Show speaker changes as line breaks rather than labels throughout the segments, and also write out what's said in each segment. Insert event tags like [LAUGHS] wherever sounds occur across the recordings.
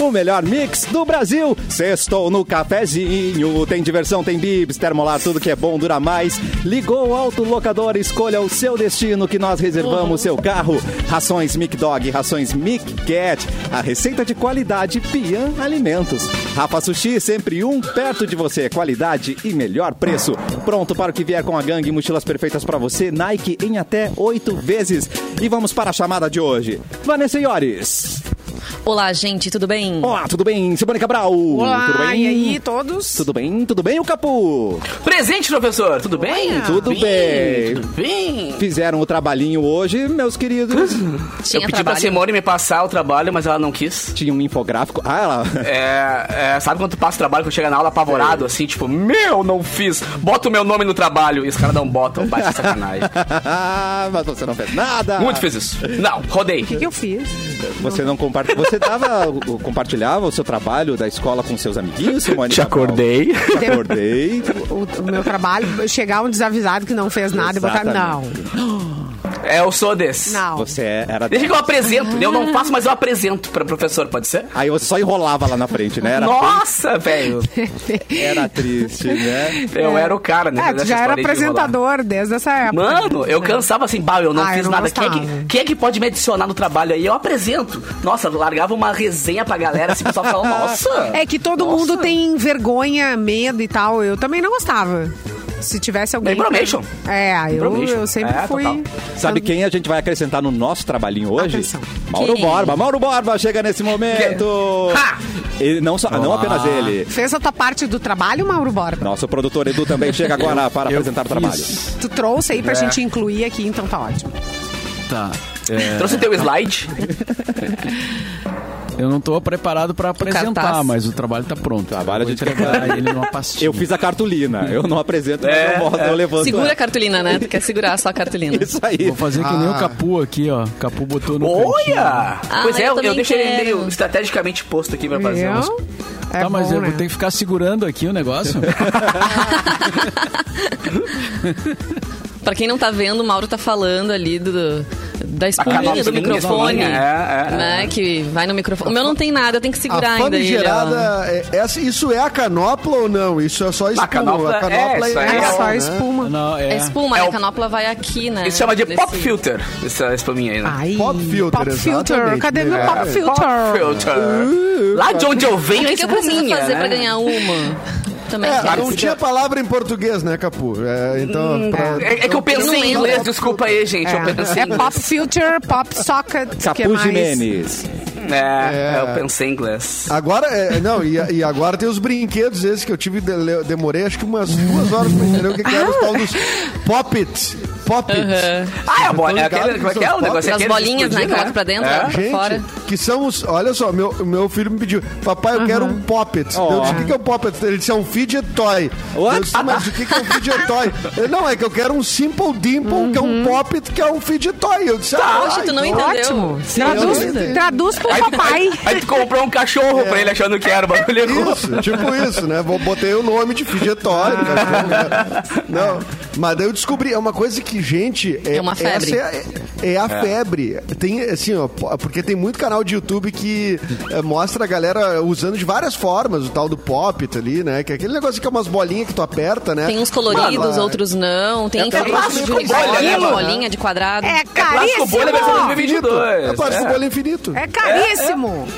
o melhor mix do Brasil. Sextou no cafezinho. Tem diversão, tem bibs, termolar, tudo que é bom dura mais. Ligou o autolocador, escolha o seu destino que nós reservamos seu carro. Rações Mic Dog, rações Mic Cat. A receita de qualidade Pian Alimentos. Rafa Sushi, sempre um perto de você. Qualidade e melhor preço. Pronto para o que vier com a gangue. Mochilas perfeitas para você. Nike em até oito vezes. E vamos para a chamada de hoje. Vanessa Iores.
Olá, gente, tudo bem?
Olá, tudo bem? Simone Cabral.
Olá,
tudo bem?
e aí, todos?
Tudo bem, tudo bem, o Capu?
Presente, professor! Tudo bem?
Olha.
Tudo bem.
Tudo bem?
Fizeram o trabalhinho hoje, meus
[LAUGHS]
queridos.
Tinha
eu pedi pra
trabalho.
Simone me passar o trabalho, mas ela não quis.
Tinha um infográfico. Ah, ela. [LAUGHS]
É, é, sabe quando tu passa o trabalho, quando chega na aula apavorado, assim, tipo, meu, não fiz, bota o meu nome no trabalho. E os caras não botam, bate sacanagem.
[LAUGHS] Mas você não fez nada.
Muito fiz isso. Não, rodei.
O que, que eu fiz?
Você não compartilha. Você dava, o- compartilhava o seu trabalho da escola com seus amiguinhos, Simone?
Te
Cabral?
acordei.
Te acordei.
O, o meu trabalho, chegar um desavisado que não fez nada e botar. Não,
Exatamente.
É, eu sou desse.
não.
Você era.
Deixa que eu apresento. Eu não faço, mas eu apresento pra professor, pode ser?
Aí você só enrolava lá na frente, né? Era,
Nossa, velho.
era triste,
[LAUGHS]
né?
Eu era o cara, né?
[LAUGHS] É, tu
Essa
já
história
era
de enrolar.
apresentador desde essa época. É.
Mano, eu cansava assim, bah, eu não
Ah, eu
fiz
não
nada. Quem é,
gostava.
que, quem é que pode me adicionar no trabalho aí? Eu apresento. Nossa, eu largava uma resenha pra galera, assim, o pessoal falava, nossa.
[LAUGHS]
É que todo
nossa.
mundo tem vergonha, medo e tal. Eu também não gostava. Se tivesse alguém.
Impromation.
É, eu,
Impromation.
eu sempre
É,
fui.
total.
Sabe quem a gente vai acrescentar no nosso trabalhinho hoje?
Atenção.
Mauro
Quem?
Borba. Mauro Borba chega nesse momento.
Que- Ha!
Ele não, só, não apenas ele.
Fez a tua parte do trabalho, Mauro Borba?
Nosso produtor Edu também chega agora para apresentar o trabalho.
Tu trouxe
É.
aí pra gente incluir aqui, então tá ótimo.
Tá. É,
Trouxe teu [LAUGHS] slide?
eu não tô preparado pra apresentar,
cartaz.
mas o trabalho tá pronto.
Trabalho
Eu vou
de
entregar ele numa pastinha.
Eu fiz a cartolina. Eu não apresento, mas eu, boto, eu levanto.
Segura a cartolina, né? Tu quer segurar só a cartolina.
[LAUGHS]
Isso aí.
Vou fazer que nem o Capu aqui, ó. Capu botou no cantinho.
Ah. Olha! pois
Ah, eu
é, eu,
também
deixei ele
quero.
meio estrategicamente posto aqui pra fazer.
Viu?
uns-
É
tá, mas
bom,
eu
né?
vou ter que ficar segurando aqui
[LAUGHS]
o negócio.
Pra quem não tá vendo, o Mauro tá falando ali do, da espuminha do
canalzinha,
microfone.
é, é, é.
né? Que vai no microfone. O meu não tem nada, eu tenho que segurar
A
ainda ele. ó.
famigerada, é- essa- isso é a canopla ou não? Isso é só espuma.
canopla- é, isso aí
É
É
só
né?
espuma.
não, é.
É espuma,
É
né?
o-
a canopla vai aqui, né?
Isso chama de
Nesse-
pop filter, essa espuminha aí, né?
Ai,
Pop filter,
Pop filter.
exatamente,
Cadê
né?
meu pop
É,
Pop
filter?
filter. Lá de onde eu venho
Ah. O
é
que, que eu preciso
espuminha,
fazer
né? um
pra ganhar uma? Também.
É,
quero.
não tinha palavra em português, né, Capu? É, então, pra-
É, é que eu
Eu não
pensei em
lembro.
inglês, desculpa aí, gente. Eu assim.
É,
pensei
é
em inglês.
pop filter, pop socket, que é
Capu
mais?
Jimenez.
É,
É.
eu pensei em inglês.
Agora, é, não, e, e agora tem os brinquedos esses que eu tive, de- le- demorei acho que umas duas horas pra entender o que, que era os tal dos Poppets. Poppets.
Ah, é, a bola,
Tô
é
ligado
aquele,
que
como é que é
são
o negócio?
os pop-
Aquelas
Aquele
bolinhas, né?
explodindo,
Coloca pra dentro,
É.
coloca pra fora.
Gente, que são os. Olha só, meu, meu filho me pediu, papai, eu quero um poppet. Eu disse, o que, que é um poppet? Ele disse, é um fidget toy.
What?
Eu disse, mas o que, que é um fidget toy? Ele, não, é que eu quero um simple dimple, que é um poppet, que é um fidget toy. Eu disse, ah,
Uhum. Poxa, tu não
então-
entendeu?
Ótimo.
Não,
Traduz,
dúvida.
traduz pro
Aí,
papai.
aí, aí tu comprou um cachorro pra ele achando que era o bagulho.
Isso, tipo isso, né? Vou- Botei o nome de figetório. Não, mas daí eu descobri, é uma coisa que, gente...
É uma febre.
essa é, é a febre. Tem, assim, ó, po- porque tem muito canal de YouTube que eh, mostra a galera usando de várias formas o tal do pop tá ali, né? Que é aquele negócio que é umas bolinhas que tu aperta, né?
Tem uns coloridos,
Mano,
outros não. Tem
é
intervalos de
plástico bolha,
bolinha,
né,
bolinha de quadrado.
É
Plástico bolha versão
caríssimo.
2022.
É parte
É.
do bolo infinito.
É caríssimo.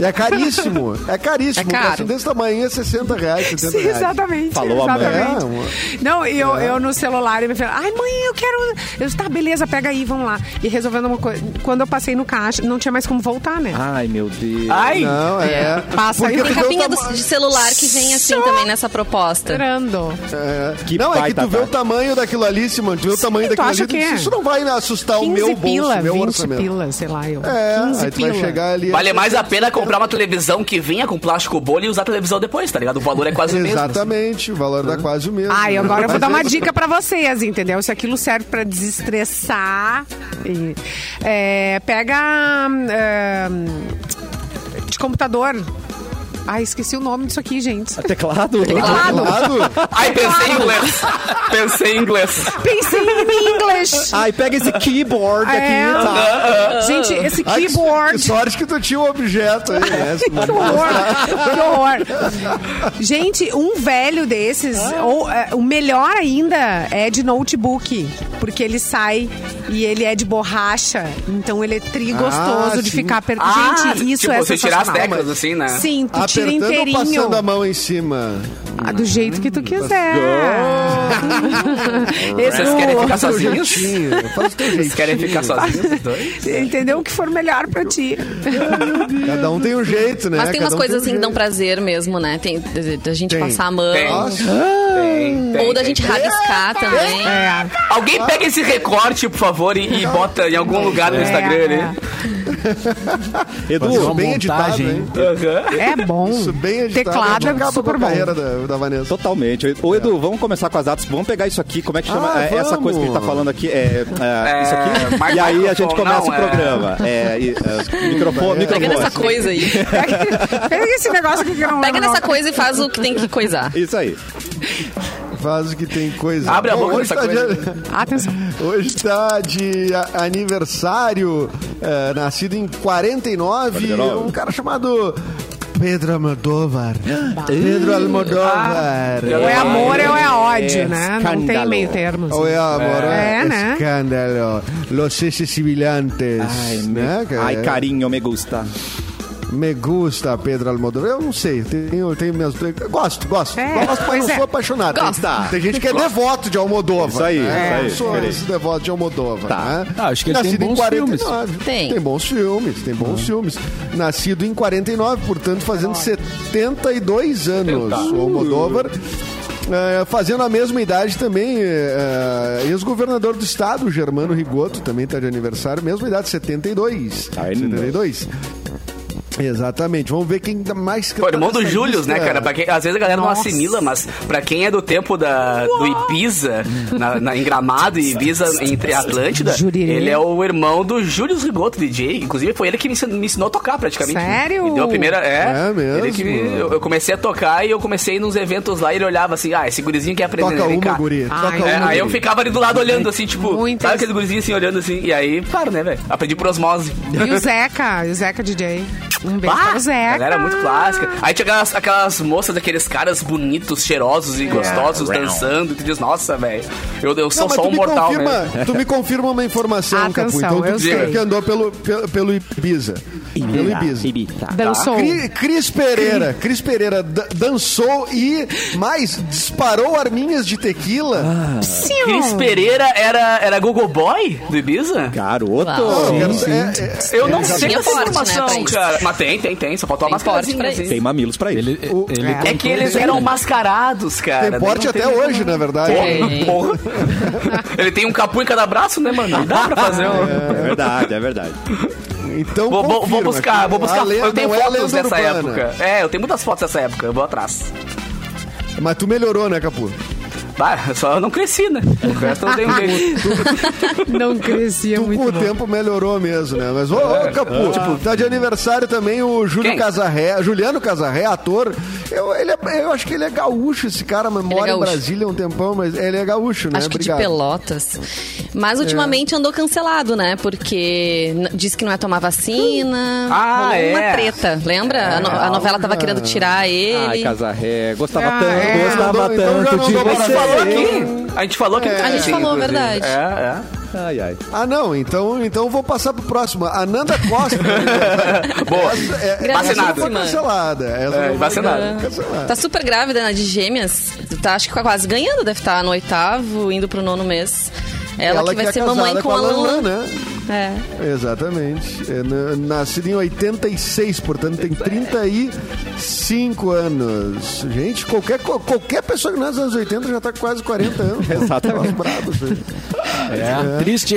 É caríssimo. É caríssimo.
É caro.
Um troço desse tamanho é 60 reais, 70
Sim,
reais.
exatamente.
Falou a mãe.
exatamente.
É, uma-
Não, e eu, eu no celular, ele me falou, ai mãe, eu quero... Eu disse, tá, beleza, pega aí, vamos lá. E resolvendo uma coisa, quando eu passei no caixa, não tinha mais como voltar,
Ah.
né?
Ai, meu Deus.
Ai,
Não, é.
Passa aí,
Tem
tu vê o
capinha do-
tama-
de celular que vem assim
Só-
também nessa proposta.
Esperando.
É.
Que
não,
pai,
é que tu
Tatá.
vê o tamanho daquilo ali, Simone. Tu vê o tamanho
tu
daquilo
acha
ali.
que é?
Isso não vai assustar o
15
meu bolso,
pila,
meu
20
orçamento.
pila, sei lá, eu.
É,
15
aí tu
pila.
vai chegar ali.
vale mais a pena comprar uma televisão que vinha com plástico bolha e usar a televisão depois, tá ligado? O valor é quase o mesmo. assim.
Exatamente, o valor dá quase o mesmo.
Ai,
né?
agora eu vou
Mas
dar uma
é-
dica pra vocês, entendeu? Se aquilo serve pra desestressar, e, é, pega é, de computador. Ai, esqueci o nome disso aqui, gente.
Teclado?
Teclado.
Claro.
[LAUGHS]
Ai, pensei em inglês. Pensei em inglês.
Pensei em English.
Ai, pega esse keyboard
É.
aqui, tá?
Gente, esse
Ai, que
keyboard.
so- Sorte que tu tinha um objeto aí, né?
[LAUGHS] Que horror, que horror. Gente, um velho desses,
Ah.
ou é, o melhor ainda é de notebook, porque ele sai e ele é de borracha, então ele é tri gostoso
Ah,
de
sim.
ficar perto.
Ah,
Gente, isso
tipo,
é
você tirar as
sensacional.
teclas, assim, né?
Sim, tu tira
Apertando ou
inteirinho.
passando a Hum, mão em cima?
Ah, do jeito que tu quiser. Esse é
Vocês querem ficar
Faz o teu
sozinhos?
jeitinho, Faz o teu
Vocês
jeitinho.
querem ficar sozinhos os dois?
Entendeu? O que for melhor pra ti.
Cada um tem um jeito, né?
Mas tem
Cada
umas
um
coisas
um
assim que dão
jeito.
prazer mesmo, né? Tem da gente
Tem.
passar a mão.
Tem. Tem, tem,
Ou da
tem,
gente
tem. É,
rabiscar também.
Alguém pega esse recorte, por favor, e, e bota em algum lugar no Instagram né? ali.
é.
Fazer
Edu,
uma
é Bem editado,
montagem.
hein?
Aham.
É bom.
Isso, bem editado.
Teclado é
acaba
super
com a
bom.
carreira da, da Vanessa.
totalmente. Ô, Edu, vamos começar com as datas. Vamos pegar isso aqui. Como é que chama?
Ah,
É, essa
vamos.
coisa que a gente tá falando aqui. É, é,
É,
isso aqui.
mais
E aí a
microfone,
gente começa
não,
o
é.
programa. É, e, é, microfone,
Pega nessa
microfone.
coisa
[LAUGHS]
aí.
Pega, pega esse negócio aqui que eu não
Pega
lembro o
nessa
nome.
coisa e faz o que tem que coisar.
Isso aí.
Faz o que tem coisa.
Abre a boca
hoje
dessa
tá
coisa.
dia-
Atenção.
[LAUGHS] Hoje tá de a- aniversário, é, nascido em 49,
49.
um cara chamado
[GASPS]
Pedro Almodóvar.
Ah,
Pedro Almodóvar.
Ou é amor ou é ódio,
É
né? Não
escândalo.
tem meio termo. assim.
Ou é amor, é,
É, né?
escândalo. Los sesibilantes.
Ai,
né,
me- Ai, carinho, me gusta.
Me gusta Pedro Almodóvar. Eu não sei, tenho, tenho minhas. eu Gosto, gosto.
É,
gosto, mas
pois
não
é.
sou apaixonado.
Gosta.
Tem, tem gente que é devoto de Almodóvar.
Isso aí,
né?
isso aí,
Eu sou
peraí.
esse devoto de Almodóvar.
Tá.
né?
Ah, acho que ele tem
Nascido em
bons Ah.
49.
Tem.
Tem bons filmes, tem bons filmes. Nascido em 49, portanto, fazendo 72 anos o Almodóvar. É, fazendo a mesma idade também, é, é, ex-governador do estado, Germano Rigoto, também está de aniversário, mesma idade, 72.
Ai, não.
72. Exatamente. Vamos ver quem dá mais
Pô, irmão do Július, né, cara? Pra
Pra...
quem, às vezes a galera não
Nossa.
assimila, mas pra quem é do tempo da, do Ibiza, na, na- em Gramado e Ibiza entre Atlântida,
Jurerê.
ele é o irmão do Július Rigoto, DJ. Inclusive foi ele que me ensin- me ensinou, a tocar praticamente.
Sério?
Me deu a primeira. É,
É mesmo?
Ele que me- eu, eu comecei a tocar e eu comecei nos eventos lá e ele olhava assim: ah, esse gurizinho quer aprender.
Toca
vem
uma,
cá.
guri.
Ai,
Toca
É,
uma,
aí eu
guri.
ficava ali do lado olhando assim, tipo,
Muito
sabe aquele gurizinho assim olhando assim? E aí, claro, né, velho? Aprendi por osmose.
E o Zeca, e o Zeca DJ. Um beijo
Bah,
para o Zeca.
Ah, Galera é muito clássica. Aí tinha aquelas, aquelas moças daqueles caras bonitos, cheirosos e
É,
gostosos dançando. E tu diz, nossa, velho, eu, eu sou
Não, mas
só
tu
um
me
mortal,
confirma,
né?
Tu me confirma uma informação,
Ah, Atenção,
Capu. Então
eu
tu que-
sei.
que andou pelo, pelo, pelo Ibiza. Pelo Ibiza.
Dançou.
Cri- Cris Pereira. Cris Pereira da- dançou e mais disparou arminhas de tequila.
Ah,
Sim.
Cris Pereira era, era Google Boy do Ibiza?
Garoto.
Uau.
Eu quero-
sim.
é- é-
Eu não
Ele já
sei
tinha
essa
porte, né, pra
informação,
isso.
cara. Mas tem, tem, tem. Só faltou uma
Tem porte
mascarazinha.
pra
assim.
Tem mamilos pra ele.
Ele, ele
é.
É que eles eram mascarados, cara.
Tem
Daí
porte
não
até hoje, na verdade.
Tem.
Porra. Ele tem um capu em cada braço, né, mano? Não dá pra fazer
[LAUGHS]
um...
É verdade, é verdade.
Então
Vou, vou- vou
confirma,
buscar,
que
vou
não é
buscar.
lenda-
eu tenho
não é
fotos
lenda
dessa
urbana.
época. É, eu tenho muitas fotos dessa época, eu vou atrás.
Mas tu melhorou, né, Capu?
Bah, só eu não cresci, né? O resto eu tenho jeito.
Não crescia
Tu, Então, com
muito.
o tempo melhorou mesmo, né? Mas, ô,
É,
ô Capu, tá de aniversário também o Júlio
Quem?
Casarré, Juliano Casarré, ator. Eu, ele é- eu acho que ele é gaúcho, esse cara, mas mora em
é gaúcho.
Brasília há um tempão, mas ele é gaúcho, né?
Acho que
Obrigado.
de Pelotas.
É.
Mas ultimamente andou cancelado, né? Porque n- disse que não ia tomar vacina.
Ah,
Rolou
é. Ah.
Uma treta, lembra? a, no- a novela tava querendo tirar
Ai,
ele.
casarré. Gostava
Ah,
tanto,
é.
gostava
Então já
tanto
não
de
dou mais
A gente falou
você. é.
aqui. A gente falou aqui.
A gente falou, verdade.
É,
Ai, ai.
Ah, não, então, então eu vou passar pro próximo. Ananda Costa. né?
é. [LAUGHS] Boa.
Essa- é-
Grande
essa não foi
vacinada.
cancelada. Essa
É,
não foi
vacinada.
cancelada.
Tá super grávida, né? De gêmeas. Tá, acho que quase ganhando, deve estar no oitavo, indo pro nono mês. Ela, que vai
é
ser mamãe
casada
com, a Lulu.
né?
É.
Exatamente. É, na- nascida em 86, portanto tem 35 anos. Gente, qualquer, co- qualquer pessoa que nasce nos anos 80 já tá com quase 40 anos.
Exatamente.
Tá bravo, gente.
é a triste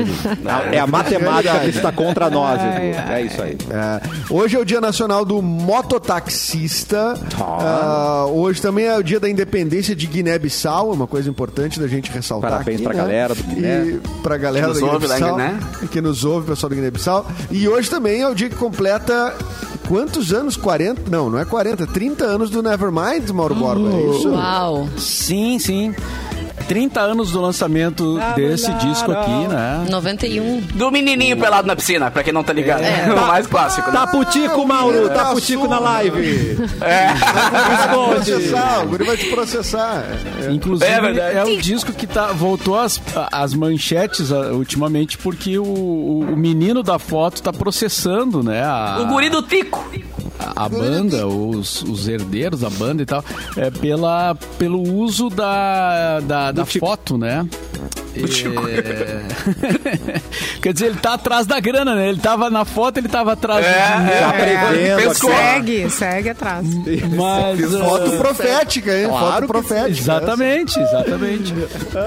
[LAUGHS]
ali.
É a matemática que está contra nós, Edu. É isso aí.
É, hoje é o Dia Nacional do Mototaxista.
Tá.
Ah, hoje também é o Dia da Independência de Guiné-Bissau, é uma coisa importante da gente ressaltar.
Parabéns
aqui,
pra
né?
galera do Guiné.
E pra galera
Que nos
da
ouve lá em
Guiné-Bissau,
Guiné.
que nos ouve, pessoal do Guiné-Bissau. E hoje também é o dia que completa quantos anos? 40? Não, não é 40, 30 anos do Nevermind, Mauro Borba. É isso?
Uau.
Sim, sim. 30 anos do lançamento
Ah,
desse disco aqui, né?
91.
Do menininho pelado na piscina, pra quem não tá ligado. É, [LAUGHS] o mais clássico, né?
Tá putico, Mauro, tá putico na live.
é Vai
Esconde.
te processar, o guri vai te processar.
Inclusive,
É
é,
verdade.
o disco que tá, voltou às, às manchetes ah, ultimamente, porque o, o- o menino da foto tá processando, né? A,
O guri do Tico.
a banda, os, os herdeiros da banda e tal, é, pela, pelo uso da, da, da foto, né? É... [LAUGHS] Quer dizer, ele tá atrás da grana, né? Ele tava na foto, ele tava atrás do
É.
dinheiro.
Tá prevendo
pescou.
aqui.
Segue, segue atrás.
Hum. Mas, ah,
Foto profética, hein? Foto profética.
Exatamente, exatamente.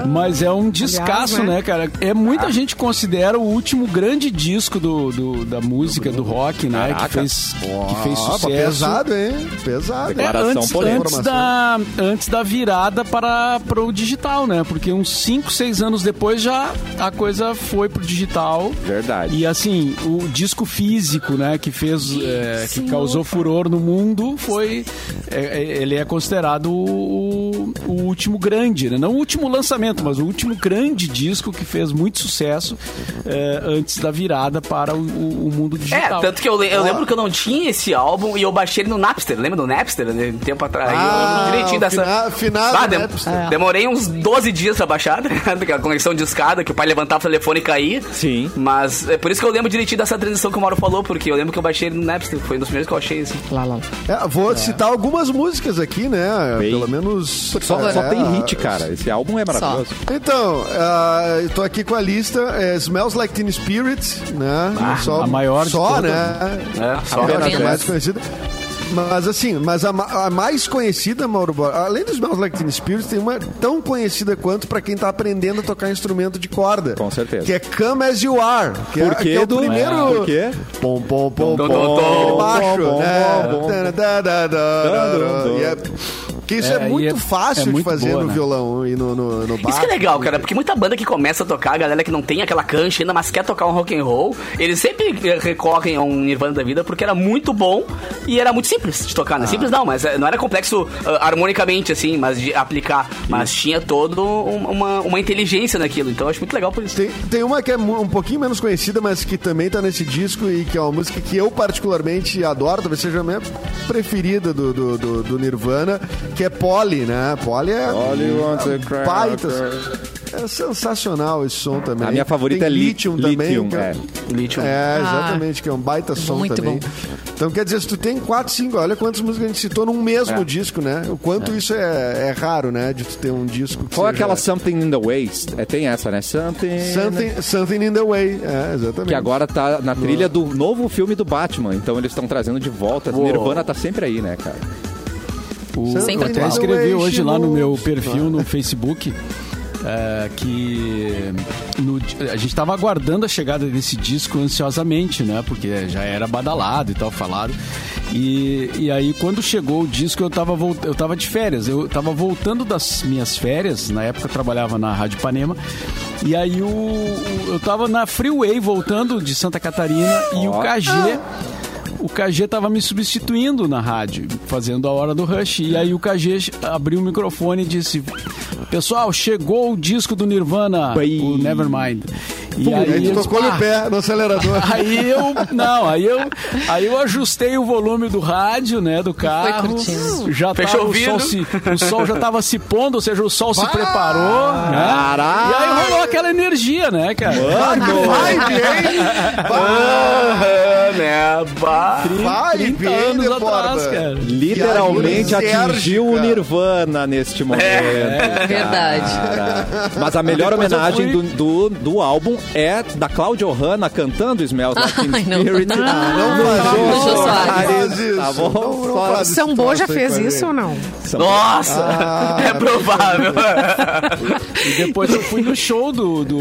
Mas é um descasso,
né?
né, cara? É
Ah.
muita gente considera o último grande disco do, do- da música, do rock, né? Que fez, que fez
Ah,
sucesso.
pesado, hein? Pesado.
É,
Declaração
antes,
polêmica.
antes da, antes da virada para, para o digital, né? Porque uns 5, 6 anos depois já a coisa foi pro digital.
Verdade.
E assim, o disco físico, né, que fez, é, que causou furor no mundo, foi, é, é, ele é considerado o, o último grande, né? não o último lançamento, mas o último grande disco que fez muito sucesso é, antes da virada para o, o- o mundo
É,
digital.
tanto que eu, le- eu lembro que eu não tinha esse álbum e eu baixei ele no Napster. Lembra do Napster? né? Um tempo atrás. eu
Ah,
lembro direitinho
o
dessa.
fina- finado
Ah, dem-
Napster.
Demorei uns 12 dias pra baixar, [LAUGHS] né? Porque a conexão de escada, que o pai levantava o telefone e caía.
Sim.
Mas é por isso que eu lembro direitinho dessa transição que o Mauro falou, porque eu lembro que eu baixei ele no Napster. Foi um dos primeiros que eu achei, assim.
É, vou citar algumas músicas aqui, né?
Bem.
Pelo menos.
Só,
é,
só tem hit, cara. Esse álbum é maravilhoso.
Então, ah, eu tô aqui com a lista. é, Smells Like Teen Spirit, né?
Ah,
só,
a maior de
Só,
todas.
né?
É, só.
A melhor,
Apenas.
a mais conhecida. Mas assim, mas a, ma- a mais conhecida, Mauro Borba, além dos Smells Like Teen Spirit, tem uma tão conhecida quanto pra quem tá aprendendo a tocar instrumento de corda.
Com certeza.
Que é Come As You Are. Que é,
Por
que
quê,
é o
Edu?
primeiro...
É. Por quê?
Pom, pom, pom,
Dom,
pom,
dom, dom,
aquele baixo,
dom,
né?
dom, dom.
Da, da, da, da,
Dom, dom,
da. E é- Que isso
É,
é,
e
muito
é-
fácil
é muito
de fazer
boa,
no
né?
violão e no, no, no
Isso
baixo.
que é legal, cara, porque muita banda que começa a tocar, a galera que não tem aquela cancha ainda, mas quer tocar um rock and roll, eles sempre eh, recorrem a um Nirvana da vida porque era muito bom e era muito simples de tocar, né? Simples não, mas eh, não era complexo ah, harmonicamente, assim, mas de aplicar. Mas tinha todo um- uma, uma inteligência naquilo, então eu acho muito legal por isso.
Tem, tem uma que é mu- um pouquinho menos conhecida, mas que também tá nesse disco e que é uma música que eu particularmente adoro, talvez seja a minha preferida do, do, do- do Nirvana, que é Polly, né? Polly é baita. É sensacional esse som também.
A minha favorita
Tem
é Li-
Lithium
Lithium,
também. que
é.
Lítio.
É, exatamente, que é um baita som
Ah, muito
também.
bom.
Então quer dizer, se tu tem quatro, cinco, olha quantas músicas a gente citou num
É.
mesmo disco, né? O quanto isso é, é raro, né? De tu ter um disco que
Qual é
seja-
aquela Something in the Waist? É, tem essa, né? Something.
Something, something in the way, é, exatamente.
Que agora tá na trilha do novo filme do Batman. Então eles estão trazendo de volta.
Uou.
Nirvana tá sempre aí, né, cara?
O,
Sempre
eu até
tem.
escrevi hoje lá no meu perfil
Ah.
no Facebook é, que no di- a gente estava aguardando a chegada desse disco ansiosamente, né? Porque já era badalado e tal, falado. E, e aí, quando chegou o disco, eu tava, volt- eu tava de férias. Eu tava voltando das minhas férias. Na época, eu trabalhava na Rádio Panema. E aí, o, o- eu tava na Freeway, voltando de Santa Catarina. E o
Ó.
KG o KG tava me substituindo na rádio, fazendo a hora do Rush. E aí o KG abriu o microfone e disse: Pessoal, chegou o disco do Nirvana,
Bem.
o Nevermind. E
A gente
aí, eu,
tocou no
"Ah,
pé,
[LAUGHS]
no acelerador.
aí eu. Não, aí eu. Aí eu ajustei o volume do rádio, né? Do carro.
curtindo.
Já
Fechou
tava,
o
o, sol
vidro.
se, o sol já tava se pondo, ou seja, o sol se preparou.
Ah,
Né? E
Caralho!
aí rolou aquela energia, né, cara?
Vai, hein?
Ah, né? Bah.
Vai,
30
hein,
anos
de borda.
atrás, cara.
Literalmente
Que alérgica.
atingiu o Nirvana neste
É.
momento. cara.
Ah.
verdade.
Mas a melhor
Depois eu
homenagem do,
fui-
do, do álbum é da Claudio Hanna cantando Smells Like Teen
Ai, não.
Spirit. Ah,
Não faz
Jô
isso, não
Soares.
faz isso.
Tá bom?
Não- não
Só-
faz esse
Sambo já
troço aí
fez
com a
isso
gente.
ou não?
Nossa!
Ah,
[LAUGHS] é provável.
E depois eu fui no show do. do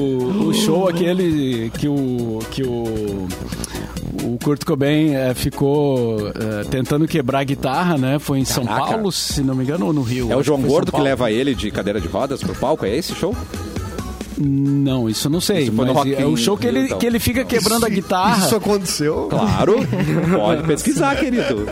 o show aquele que o. que o. O Kurt Cobain eh, ficou eh, tentando quebrar a guitarra, né? Foi em São
Caraca.
Paulo, se não me engano, ou no Rio.
É o
Acho
João
foi São
Gordo que
Paulo.
leva ele de cadeira de rodas pro palco? É esse show?
Não, isso eu não sei.
Isso foi no
mas
Rock
é
in
o show que
Rio,
ele,
então.
que ele fica quebrando a
isso- é
guitarra.
Isso aconteceu?
Claro. Pode pesquisar, querido.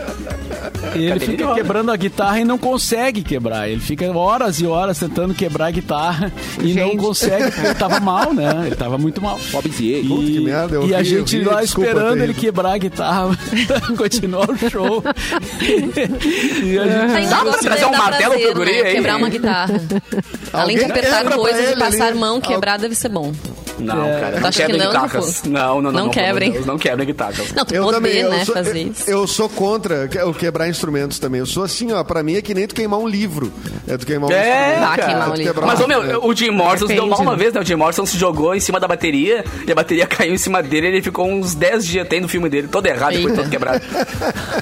E ele
Cadê ele?
fica quebrando a guitarra e não consegue quebrar. Ele fica horas e horas tentando quebrar a guitarra e não
Gente.
consegue. porque Ele tava mal, né? Ele tava muito mal.
Obviei.
E,
que merda, eu
e a
ri, eu
gente
ri,
lá
desculpa
esperando
ter
ele
ido.
quebrar a guitarra, [LAUGHS] continuar o show. e a gente
Tem um
Dá pra
negócio
trazer
de
um
dar
martelo pro
prazer,
guri
né?
aí?
Quebrar uma
[LAUGHS]
guitarra. Além de
Alguém
apertar
quebra pra
coisas e
ele
passar
ali.
mão, quebrar deve ser bom.
Não, cara.
Tu acha que
quebrem
não,
guitarras.
Dudu?
É. Não, não, não.
Não
pelo
quebrem.
Deus, Não quebrem guitarras.
Não, tu
Eu
poder,
também, eu,
né,
sou,
fazer
eu-
isso.
eu sou contra que- o quebrar instrumentos também. Eu sou assim, ó, pra mim é que nem tu queimar um livro. É tu queimar um
É,
Bah,
cara.
queimar o
Tu
livro.
quebrar
Mas, ô,
um-
meu, o Jim Morrison se deu mal
Depende,
uma
né?
vez, né? O Jim Morrison se jogou em cima da bateria e a bateria [LAUGHS] caiu em cima dele e ele ficou uns 10 dias tendo o filme dele todo errado, depois
Eita.
todo [LAUGHS] quebrado.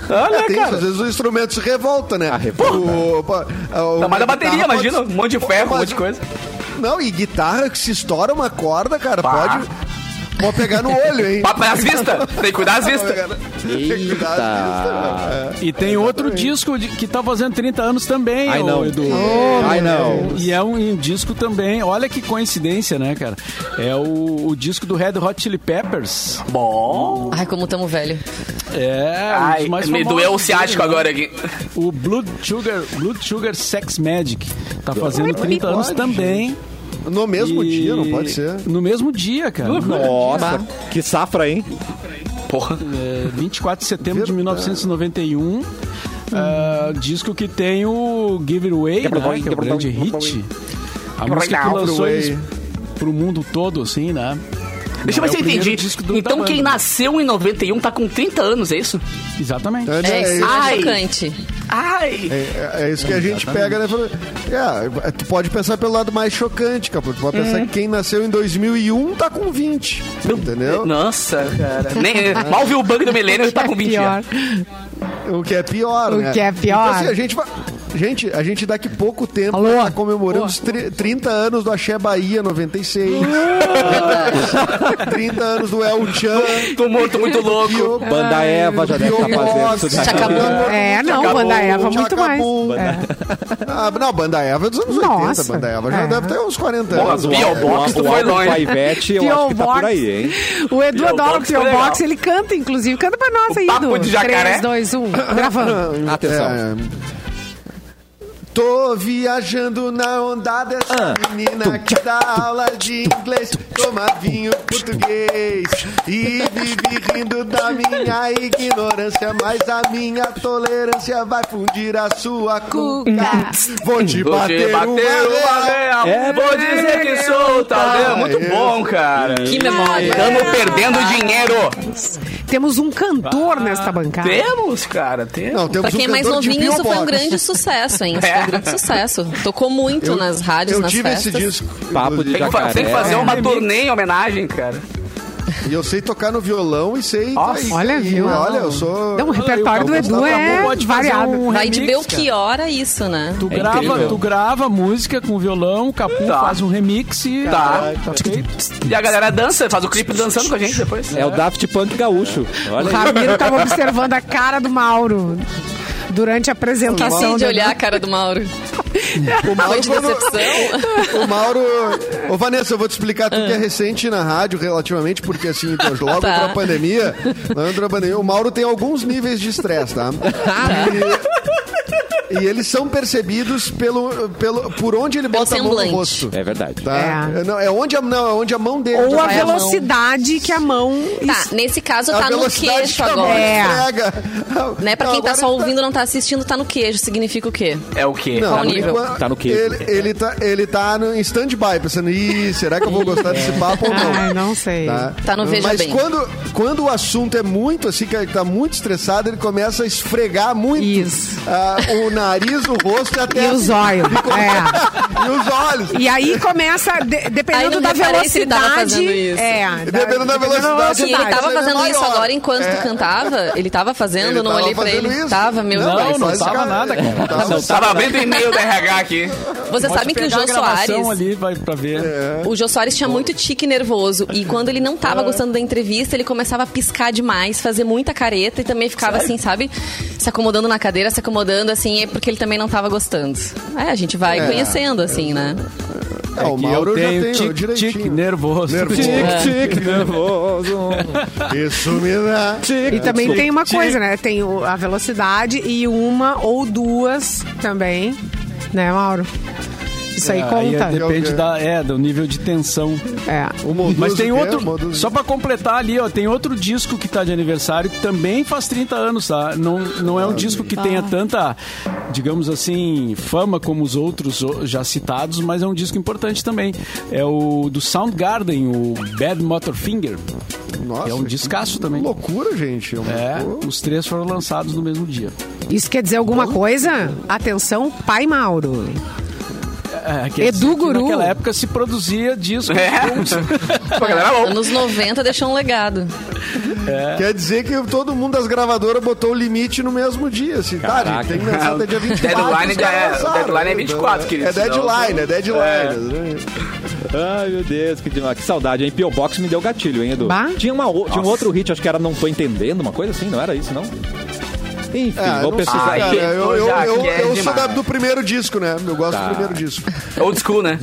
Olha,
Tem isso, às
cara. Ah,
vezes o instrumento se revolta, né? O, pá, o-
Tá mais da bateria,
uma guitarra pode-
imagina. Um monte de ferro, um
Mas-
monte de coisa.
Não, e guitarra que se estoura uma corda, cara,
Pá.
pode. Pode pegar no olho, hein?
[LAUGHS] Papo é nas vistas. Tem que cuidar das vistas.
[LAUGHS]
Eita.
E tem outro disco de- que tá fazendo 30 anos também,
Ai,
ô,
não.
Edu.
Ai, não.
E é um, um disco também, olha que coincidência, né, cara? É o, o disco do Red Hot Chili Peppers.
[LAUGHS] Bom.
Ai, como tamo velho.
É, um
Ai,
dos mais
me
famosos
doeu o
dele,
ciático
né?
agora aqui. [LAUGHS]
O Blood Sugar, Blood Sugar Sex Magic. Tá fazendo 30 anos
pode.
também.
É, No mesmo
E-
dia, não pode ser.
No mesmo dia, cara.
Nossa, que safra, hein?
Porra.
É, 24 de setembro de
Verdade.
1991. ah, disco que tem o Give It Away,
Give It
né,
Away,
que é o
Give It
grande
Away, Give It
hit. A música que
Now,
lançou
Away.
eles pro mundo todo, assim, né?
Deixa eu ver
Não,
se
é
eu
o primeiro
entendi.
disco do- da
Então
banda.
quem nasceu em 91 tá com 30 anos, é isso?
Exatamente.
É,
É,
né,
isso
Ai.
é chocante.
Ai!
É, é isso que a gente pega, né? Fala- É, tu pode pensar pelo lado mais chocante, Capu. Tu pode pensar que quem nasceu em 2001 tá com 20. Entendeu?
Nossa, cara.
[LAUGHS]
Nem, mal viu o bug do milênio e tá com 20
É Pior.
anos.
O que é pior,
O
né?
que é pior.
Então, assim, a gente vai... Gente, a gente daqui pouco tempo
Alô?
tá comemorando os tri- 30 anos do Axé Bahia 96, 30 anos do El Chan,
Tô morto, muito louco.
Bio-
Banda Eva já deve estar fazendo isso
Biobox,
daqui.
Acabou.
Tá É, não,
Acabou,
Banda Eva,
já
muito mais.
acabou. Ah, não, Banda Eva é dos anos 80.
Nossa.
Banda Eva já
É.
deve ter uns 40
Bom,
Mas
anos.
o,
Pio
álbum-
Box,
o,
tu
o
foi
álbum
longe.
com a Ivete, eu
Pio
acho que tá por
Box.
aí, hein?
O Edu
Pio
adora o
Box é
Pio
legal.
Box, ele canta, inclusive. Canta pra nós
O
aí,
papo
Edu.
de jacaré.
3, 2, 1,
[LAUGHS]
gravando.
Atenção.
É. Tô viajando na onda dessa menina que dá aula de inglês, toma vinho português e vive rindo da minha ignorância, mas a minha tolerância vai fundir a sua
Hum.
cuca. Vou
Vou
te
te
bater,
bater um uma real.
É
Vou dizer que sou talento. Muito bom, cara.
Que memória.
Estamos perdendo dinheiro.
Temos um cantor nesta bancada.
Temos, cara, temos.
Não, temos
Pra quem é
um
mais
cantor de
novinho, isso foi um
Billboard.
grande sucesso,
[LAUGHS]
hein? Isso foi um grande sucesso. Tocou muito
Eu-
nas rádios,
eu
nas
tive
festas.
esse disco.
Papo de
inclusive.
Tem que, fa- tem que
Jacaré.
fazer uma turnê em homenagem, cara.
E eu sei tocar no violão e sei.
Nossa,
e-
Olha,
e-
viu?
Olha, eu sou.
um
[LAUGHS]
Não, o repertório do
eu-
Edu é
Pode fazer
variado.
um
Vai de
remix, cara.
Belchior a isso, né?
Tu
É
grava,
incrível.
tu grava música com violão, o Capu
Tá.
faz um remix e...
Tá.
Tá feito.
E a galera dança, faz o clipe dançando com a gente depois.
É o Daft Punk gaúcho.
O
Olha aí.
Ramiro tava observando a cara do Mauro durante a
Que
apresentação.
assim de
do-
olhar a cara do Mauro.
O Mauro,
Foi de
quando-
decepção.
o Mauro. Ô, Vanessa, eu vou te explicar tudo que é recente na rádio, relativamente, porque assim, então, logo
Tá.
entrou a pandemia. Logo entrou a pandemia. O Mauro tem alguns níveis de estresse, tá? E- E, eles são percebidos pelo, pelo, por onde ele
Pelo
bota a mão no
semblante.
rosto.
É [LAUGHS] verdade.
Tá? É. Não, é, onde a, não, é onde a mão dele.
Ou a
Vai a mão.
velocidade que a mão.
Tá, nesse caso tá no queixo agora.
É.
Né? Pra quem tá só
ouvindo
ouvindo e não tá assistindo, tá no queijo. Significa o quê?
É o quê?
Não,
Qual
por
nível?
enquanto,
Tá no queijo.
Ele, ele, tá, ele tá no, em stand-by, pensando, ih, será que eu vou gostar
É.
desse papo ou não?
Ai, Ah, não sei.
Tá no Veja
Mas
Bem.
Quando, quando o assunto é muito assim, que ele tá muito estressado, ele começa a esfregar muito
Isso.
ah, o nariz, o rosto e até assim,
E os olhos. É.
[LAUGHS] e os olhos.
E aí começa, de-
Aí
dependendo
não
da
reparei se ele tava
velocidade.
fazendo isso.
É,
Dependendo da
Se
velocidade.
ele
Verdade,
tava
ele é
fazendo isso
maior. É.
agora enquanto tu cantava, ele tava fazendo, eu não
tava
olhei pra
fazendo
ele.
isso.
Tava, meu
Não,
Deus.
não
faz
tava
cara-
nada, cara. tá,
Tava- assim,
Tava abrindo e-mail da RH aqui.
Você
Pode
sabe que o
pegar
Jô
a gravação
Soares.
ali, vai pra ver.
O Jô Soares tinha muito tique nervoso. E quando ele não
Ah.
tava gostando da entrevista, ele começava a piscar demais, fazer muita careta e também ficava assim, sabe? Se acomodando na cadeira, se acomodando, assim, é porque ele também não tava gostando. É, a gente vai
É.
conhecendo, assim, né?
É, o
que
Mauro
eu
já
tenho
tem, ó,
tique
direitinho.
nervoso.
Nervoso.
Tic, tic, nervoso.
Isso me dá.
Tic.
E também
Sim,
tem uma
sim.
coisa, né? Tem o- a velocidade e uma ou duas também, né, Mauro? Isso aí
É,
conta.
aí depende da, é, do nível de tensão.
É.
Uma ou
Mas
duas
tem
o quê? Uma ou
outro.
duas-
Só pra completar ali, ó, tem outro disco que tá de aniversário que também faz 30 anos, tá? Não, não é um disco que tenha tanta, digamos assim, fama como os outros o- já citados, mas é um disco importante também. É o do Soundgarden, o Bad Motorfinger.
Nossa,
é um
que
discaço também.
Loucura, gente. uma
É,
loucura.
os três foram lançados no mesmo dia.
Isso quer dizer alguma coisa? Atenção, pai Mauro.
É, quer
Edu
dizer que
Guru.
Naquela época se produzia disco.
É. [LAUGHS] Pô, galera, é bom.
Anos 90 deixou um legado.
Quer dizer que todo mundo das gravadoras botou o limite no mesmo dia. Assim, cara, tem que lançar
[LAUGHS]
até dia 24.
Deadline
os caras
já é-
lançaram.
deadline é 24, querido,
É deadline, é deadline.
É.
Ai, meu Deus, que demais. Que saudade, hein? P.O. Box me deu gatilho, hein, Edu?
Bah.
Tinha, uma, o- tinha um outro hit, acho que era Não Tô Entendendo, uma coisa assim, não era isso, não? Enfim,
É,
vou
não sei,
pesquisar.
cara,
aqui.
eu, eu,
Já
eu,
que é
eu sou
demais. Tá.
da- do primeiro disco, né? Eu gosto do primeiro disco.
Old school, né?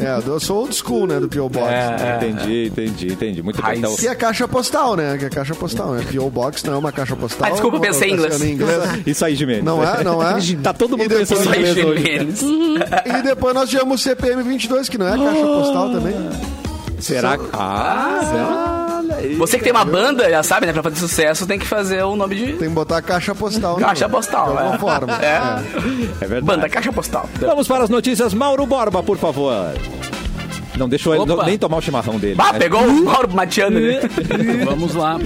É, eu sou old school, né? Do P.O. Box.
É.
Entendi, entendi, entendi. Muito bem.
Raiz.
Então,
Que é caixa postal, né? Que é caixa postal, né? P.O. Box não é uma caixa postal.
Ah, desculpa, eu pensei em inglês.
É
isso aí, Jimenez.
Não é, não é.
Tá todo mundo
E depois-
pensando em inglês
Sai
hoje.
Jimenez.
E depois nós tivemos o CPM 22, que não é caixa postal também.
Será que... Ah, será?
Você que tem uma banda, já sabe, né? Pra fazer sucesso, tem que fazer o nome de
Tem que botar caixa postal. né?
Caixa postal,
De alguma
é.
forma.
É.
É verdade.
banda Caixa Postal.
Vamos para as notícias. Mauro Borba, por favor. Não deixou ele
Opa.
não- nem tomar o chimarrão dele.
Ah,
né?
pegou o Mauro Matiano,
[LAUGHS]
né?
Vamos lá.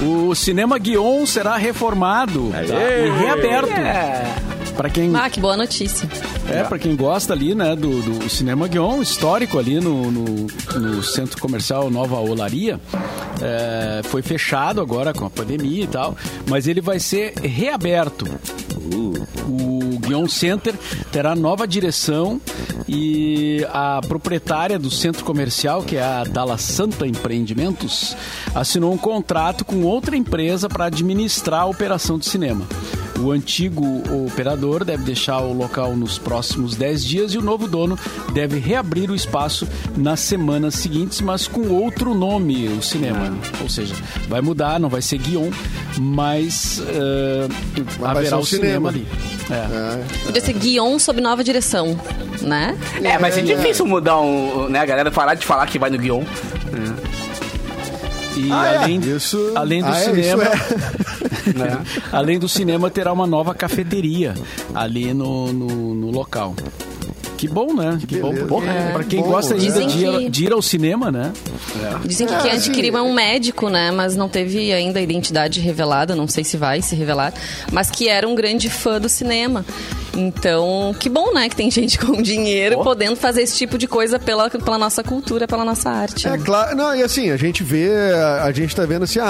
O Cinema Guion será reformado tá?
Aê!
e reaberto.
É.
Para quem
Ah, que boa notícia.
é para quem gosta ali, né, do, do Cinema Guion, histórico ali no, no, no centro comercial Nova Olaria, É, foi fechado agora com a pandemia e tal, mas ele vai ser reaberto. O Guion Center terá nova direção e a proprietária do centro comercial, que é a Dala Santa Empreendimentos, assinou um contrato com outra empresa para administrar a operação de cinema. O antigo operador deve deixar o local nos próximos 10 dias e o novo dono deve reabrir o espaço nas semanas seguintes, mas com outro nome, o cinema.
Ah.
Ou seja, vai mudar, não vai ser Guion, mas eh,
vai ser
haverá
um
o cinema,
cinema.
ali. É.
Podia ser Guion sob nova direção, né?
É, mas é difícil mudar um. Né, a galera parar de falar que vai no Guion.
E
Ah, é.
além,
Isso-
além do
Ah, é, isso
cinema,
é.
né?
além do cinema terá uma nova cafeteria ali no, no, no local. Que bom, né? Que, bom,
beleza.
porque,
É,
pra quem
bom,
gosta ainda
né?
de, ir-
Dizem
de ir ao cinema, né?
Dizem
Ah,
que quem adquiriu é um médico, né? Mas não teve ainda a identidade revelada, não sei se vai se revelar. Mas que era um grande fã do cinema. Então, que bom, né? Que tem gente [LAUGHS] com dinheiro podendo fazer esse tipo de coisa pela, pela nossa cultura, pela nossa arte.
É claro, não, e assim, a gente vê, a gente tá vendo assim, ah,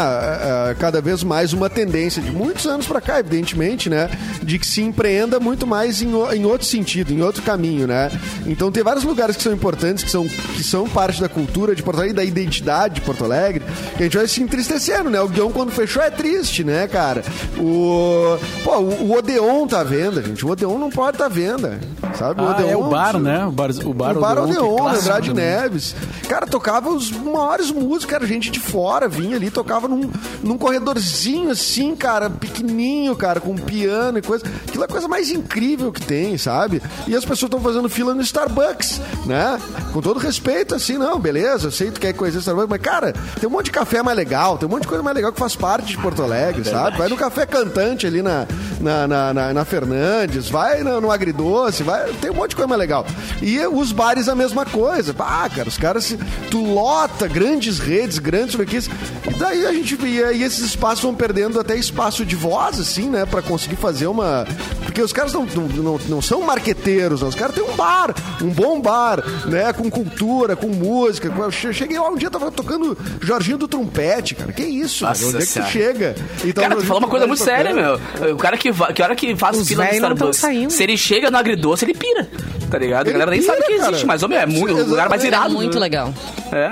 ah, cada vez mais uma tendência de muitos anos pra cá, evidentemente, né? De que se empreenda muito mais em, o- em outro sentido, em outro caminho, né? Então tem vários lugares que são importantes, que são, que são parte da cultura de Porto Alegre, da identidade de Porto Alegre, que a gente vai se entristecendo, né? O Guion, quando fechou, é triste, né, cara? O. Pô, o, o Odeon tá à venda, gente. O Odeon não pode tá à venda. Sabe?
Ah, é o bar,
se-
né? O bar, o bar,
o Bar
Odeon, que é
Odeon, né?
clássico
Andrade
também.
Neves. Cara, tocava os maiores músicos, cara, gente de fora vinha ali, tocava num, num corredorzinho assim, cara, pequenininho, cara, com piano e coisa. Aquilo é a coisa mais incrível que tem, sabe? E as pessoas estão fazendo fila no Starbucks, né? Com todo respeito, assim, não, beleza, eu sei que tu quer conhecer Starbucks, mas, cara, tem um monte de café mais legal, tem um monte de coisa mais legal que faz parte de Porto Alegre, sabe? Vai no Café Cantante ali na, na, na, na- na Fernandes, vai no, no Agridoce, vai, tem um monte de coisa mais legal. E os bares a mesma coisa. Ah, cara, os caras, se, tu lota grandes redes, grandes franquias. E daí a gente, e aí esses espaços vão perdendo até espaço de voz, assim, né? Pra conseguir fazer uma... Porque os caras não, não, não, não são marqueteiros, não. os caras têm um bar, um bom bar, né? Com cultura, com música. com- che- Cheguei lá um dia, tava tocando Jorginho do Trompete, cara. Que isso,
Nossa
cara? Onde é que tu
Senhora.
chega? Então,
Cara, tu
Jorginho
falou uma coisa
do
muito
Trompete
séria,
tocando.
meu. O cara que, vai, que hora que faz
é Os
fila no
velhos não tão
Starbucks,
saindo.
se ele chega no agridoce, ele pira. Tá ligado? a galera nem
pira,
sabe que
cara.
existe, mas, homem, é muito, o lugar mais
É
É
irado.
muito legal.
É,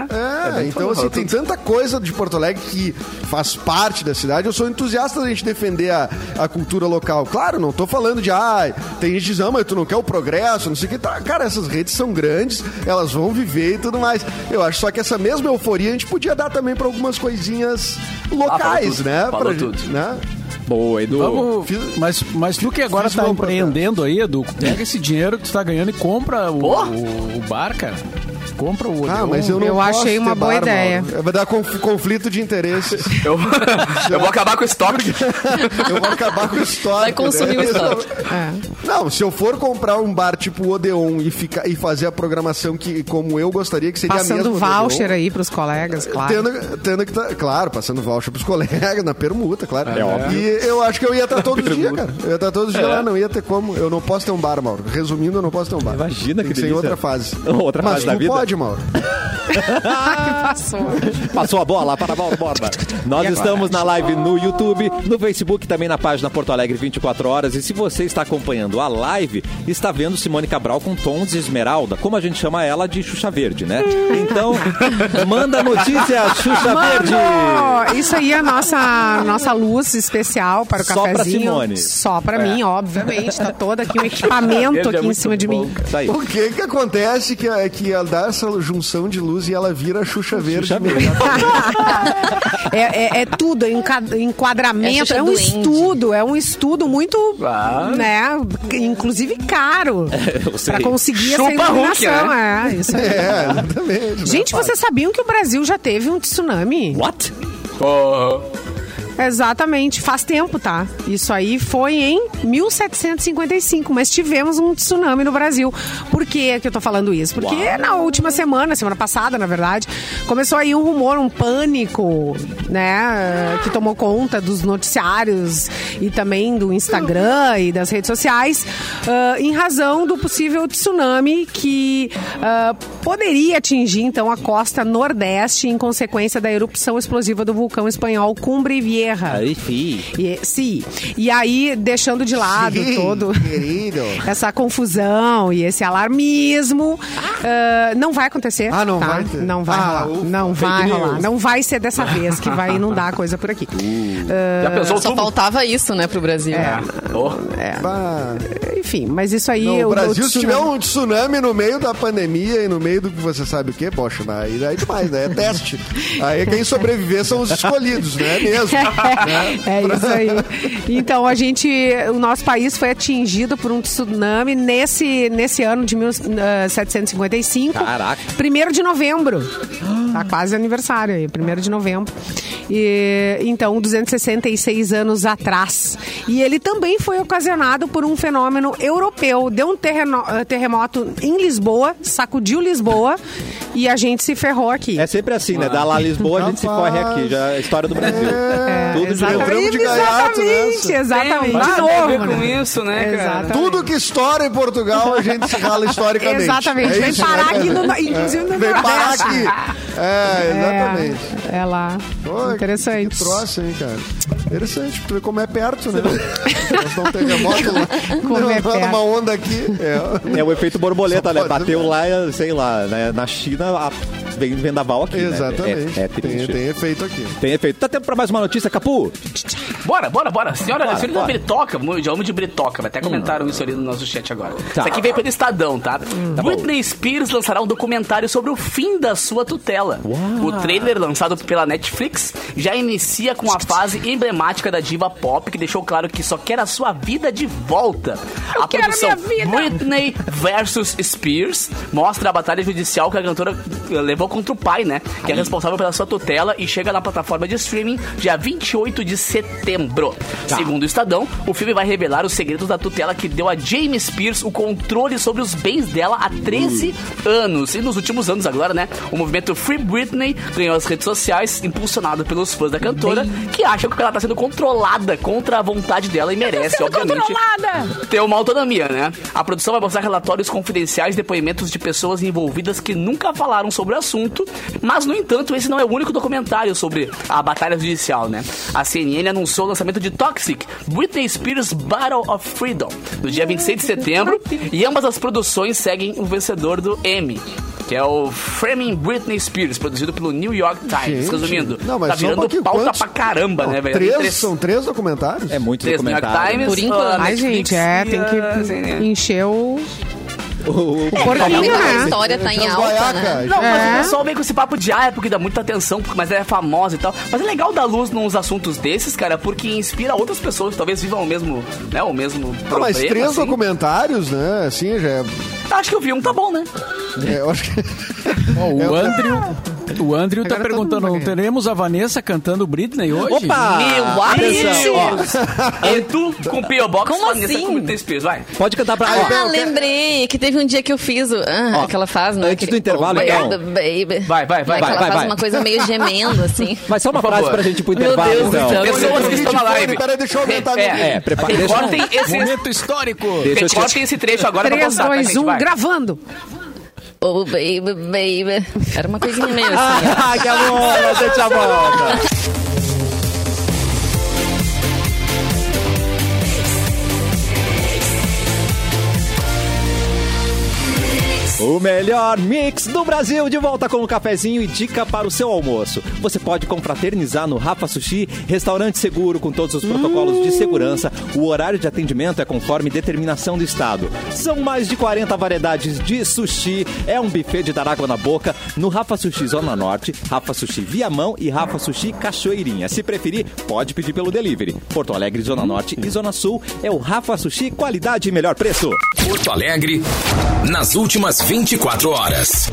É,
bem
então assim,
falado.
tem tanta coisa de Porto Alegre que faz parte da cidade. Eu sou entusiasta da gente defender a, a cultura local. Claro, não tô falando falando de, ah, tem gente que diz, ah, mas tu não quer o progresso, não sei o que. Tá, cara, essas redes são grandes, elas vão viver e tudo mais. Eu acho só que essa mesma euforia a gente podia dar também pra algumas coisinhas locais,
tudo,
né?
Ah, falou
Pra gente,
tudo.
Né?
Boa, Edu.
Vamos,
Fiz-
mas, mas tu que agora
fiz
tá
uma
empreendendo aí, Edu, pega esse dinheiro que tu tá ganhando e compra o,
Pô!
o, o bar, cara. Compra o Odeon.
Ah, mas eu não
Eu
posso
achei
ter
uma boa
bar,
ideia.
Mauro. Vai dar conf- conflito de
[LAUGHS]
interesses.
Eu, eu vou [LAUGHS] acabar com o estoque.
Eu vou acabar com [LAUGHS] o estoque.
Vai consumir o
né?
estoque.
Não, se eu for comprar um bar tipo Odeon e, ficar, e fazer a programação que, como eu gostaria, que seria a mesma
Passando
do
voucher
Odeon,
aí pros colegas, claro.
Tendo, tendo que tá, claro, passando voucher pros [LAUGHS] colegas, na permuta, claro.
É óbvio. É.
E eu acho que eu ia estar todo dia, cara. Eu ia estar todo dia lá, não ia ter como. Eu não posso ter um bar, Mauro. Resumindo, eu não posso ter um bar.
Imagina que
Tem que ser em
delícia.
outra fase.
[LAUGHS] Outra
Mas
fase
tu
da vida. [LAUGHS]
pode, Mauro.
Ah, Passou.
Passou a bola para Mauro Borba. Nós estamos na live no YouTube, no Facebook, também na página Porto Alegre 24 horas. E se você está acompanhando a live, está vendo Simone Cabral com tons de esmeralda, como a gente chama ela de Xuxa Verde, né?
[LAUGHS]
Então, manda notícia, Xuxa Verde!
Mano, isso aí é a nossa, nossa luz especial para o
Só pra
cafezinho.
Simone.
Só pra mim, obviamente. Tá todo aqui um equipamento
É. [LAUGHS] Ele é
aqui em
muito
cima de
bom,
mim.
cara.
Isso tá aí.
O que que acontece que, é que ela dá essa junção de luz e ela vira a Xuxa Verde?
Xuxa Verde.
[LAUGHS] É, é- é tudo, é enca- enquadramento,
Essa
é,
é
um
duende.
estudo, é um estudo muito,
Ah.
né, inclusive
[LAUGHS]
caro,
eu sei.
para conseguir
Chupa
essa iluminação.
Hulk, né?
É,
[LAUGHS]
isso aí.
É, exatamente.
Gente, vocês sabiam que o Brasil já teve um tsunami?
What?
Exatamente, faz tempo, tá? Isso aí foi em 1755, mas tivemos um tsunami no Brasil. Por que que eu tô falando isso? Porque na última semana, semana passada, na verdade, começou aí um rumor, um pânico, né, que tomou conta dos noticiários e também do Instagram e das redes sociais, ah, em razão do possível tsunami que ah, poderia atingir então a costa nordeste em consequência da erupção explosiva do vulcão espanhol Cumbre Vieja.
Aí, fi.
E, sim. E aí, deixando de lado
Sim,
todo [LAUGHS]
Querido.
essa confusão e esse alarmismo, ah, não vai acontecer.
Ah, não
tá?
vai ter.
Não vai
Ah,
rolar.
ufa,
não vai
fake
rolar.
news.
Não vai ser dessa vez que vai inundar a coisa por
[LAUGHS]
aqui.
Já pensou
É, Só
tudo?
faltava isso, né, pro Brasil.
É.
Oh,
É.
Bah.
Enfim, mas isso aí...
Não,
eu-
o Brasil,
eu-
se tiver um tsunami no meio da pandemia e no meio do que você sabe o quê, poxa, aí é demais, né? É teste. Aí quem sobreviver são os escolhidos,
[LAUGHS]
né? Mesmo.
[LAUGHS] É isso aí. Então, a gente, o nosso país foi atingido por um tsunami nesse, nesse ano de eh, 1755.
Caraca.
Primeiro de novembro. Tá quase aniversário aí, primeiro de novembro. E, então, 266 anos atrás. E ele também foi ocasionado por um fenômeno europeu. Deu um terreno- terremoto em Lisboa, sacudiu Lisboa e a gente se ferrou aqui.
É sempre assim, né? Da lá Lisboa a gente se corre aqui, já é a história do Brasil.
É,
Tudo de novo.
exatamente. Lembramos de Gaiato
Exatamente,
nessa.
exatamente.
né? Tem,
de
tem a ver
novo,
com
né?
isso, né, cara?
Exatamente.
Tudo que estoura em Portugal, a gente se rala historicamente.
Exatamente.
É
Vem
isso,
parar
né?
aqui, no, inclusive no
Vem parar
Nordeste.
aqui. É, exatamente.
É, é lá.
Pô, que-
Interessante.
Que troço, hein, cara? Interessante, porque como é
[LAUGHS]
perto, né? Nós não terremoto lá.
Como
não,
é
não
perto.
uma onda aqui. É.
É o efeito borboleta,
Só
né?
pode,
Bateu
né?
lá, sei lá, né? na China, a... vem vendaval aqui. né?
Exatamente.
É, é
tem,
triste.
tem efeito aqui.
Tem efeito. Tá tempo pra mais uma notícia, Capu?
Bora, bora, bora. Senhora,
Bora,
senhora da
bora.
Britoca, de alma de Britoca, até comentaram isso ali no nosso chat agora.
Tá.
Isso aqui veio pelo Estadão, tá?
Tá bom.
Britney Spears lançará um documentário sobre o fim da sua tutela. O trailer lançado pela Netflix já inicia com a fase emblemática da diva pop, que deixou claro que só quer a sua vida de volta. a
quero
produção
minha vida.
Britney versus Spears mostra a batalha judicial que a cantora eh, levou contra o pai, né? Que é responsável pela sua tutela e chega na plataforma de streaming dia 28 de setembro. Segundo o Estadão, o filme vai revelar os segredos da tutela que deu a James Spears o controle sobre os bens dela há 13 anos. E nos últimos anos agora, né? O movimento Free Britney ganhou as redes sociais, impulsionado pelos fãs da cantora, que acham que ela tá sendo controlada contra a vontade dela e merece, obviamente, ter uma autonomia, né? A produção vai mostrar relatórios confidenciais, depoimentos de pessoas envolvidas que nunca falaram sobre o assunto, mas, no entanto, esse não é o único documentário sobre a batalha judicial, né? A CNN anunciou o lançamento de Toxic, Britney Spears Battle of Freedom, no dia 26 de setembro, e ambas as produções seguem o vencedor do Emmy. que é o Framing Britney Spears, produzido pelo New York Times.
Gente.
Resumindo,
Não, mas
tá
só um
virando
pouquinho,
pauta
quantos?
pra caramba,
Não,
né, velho?
é Três,
Tem
São três documentários?
É muito
Três New York
documentário.
Times,
Por enquanto.
a
Ai,
Ai,
Netflix
gente, é,
e assim, né?
tem
a
que
CNN.
encher o
O- o-
porquinho,
A
né?
história tá em alta, né?
Não, mas
É.
o pessoal vem com esse papo de ah, é porque dá muita atenção, porque- mas ela é famosa e tal. Mas é legal dar luz nos assuntos desses, cara, porque inspira outras pessoas que talvez vivam o mesmo, né, o mesmo
Ah,
problema.
mas três
assim.
documentários, né? Assim, já é.
Acho que eu vi um, tá bom, né?
é, eu acho que.
Ó, o Andrew, o Andrew tá
Agora todo
perguntando,
mundo
não
vai ganhar.
teremos a Vanessa cantando Britney hoje?
Opa!
Meu
Atenção, ó.
amigo! Edu com P.O. Box,
Como
Vanessa
assim?
com muito espírito, vai.
Pode cantar pra. ó.
Ah, lembrei que teve um dia que eu fiz o, ah, aquela fase, né?
antes
que-
do intervalo,
Obrigada,
então.
baby.
Vai,
Né,
vai, vai,
que
vai,
ela
vai,
faz
vai.
uma coisa meio gemendo, assim.
[LAUGHS] Mas só uma
Por
frase
favor.
pra gente ir pro
Meu
intervalo,
Deus do
então.
céu.
Pessoas que estão na live.
Peraí, deixa eu aumentar
É,
a minha.
É, prepara. Deixa,
Recortem esse,
Momento histórico!
deixa eu te-
recortem esse trecho agora pra
3,
postar, tá,
2,
gente?
1,
Vai.
gravando.
Oh, baby, baby. Era uma coisinha meio assim.
Ah, [LAUGHS] que amor, você te volta. O melhor mix do Brasil de volta com o cafezinho e dica para o seu almoço. Você pode confraternizar no Rafa Sushi, restaurante seguro com todos os protocolos de segurança. O horário de atendimento é conforme determinação do estado. São mais de 40 variedades de sushi. É um buffet de dar água na boca no Rafa Sushi Zona Norte, Rafa Sushi Viamão e Rafa Sushi Cachoeirinha. Se preferir, pode pedir pelo delivery. Porto Alegre, Zona Norte e Zona Sul é o Rafa Sushi qualidade e melhor preço.
Porto Alegre, nas últimas 24 horas.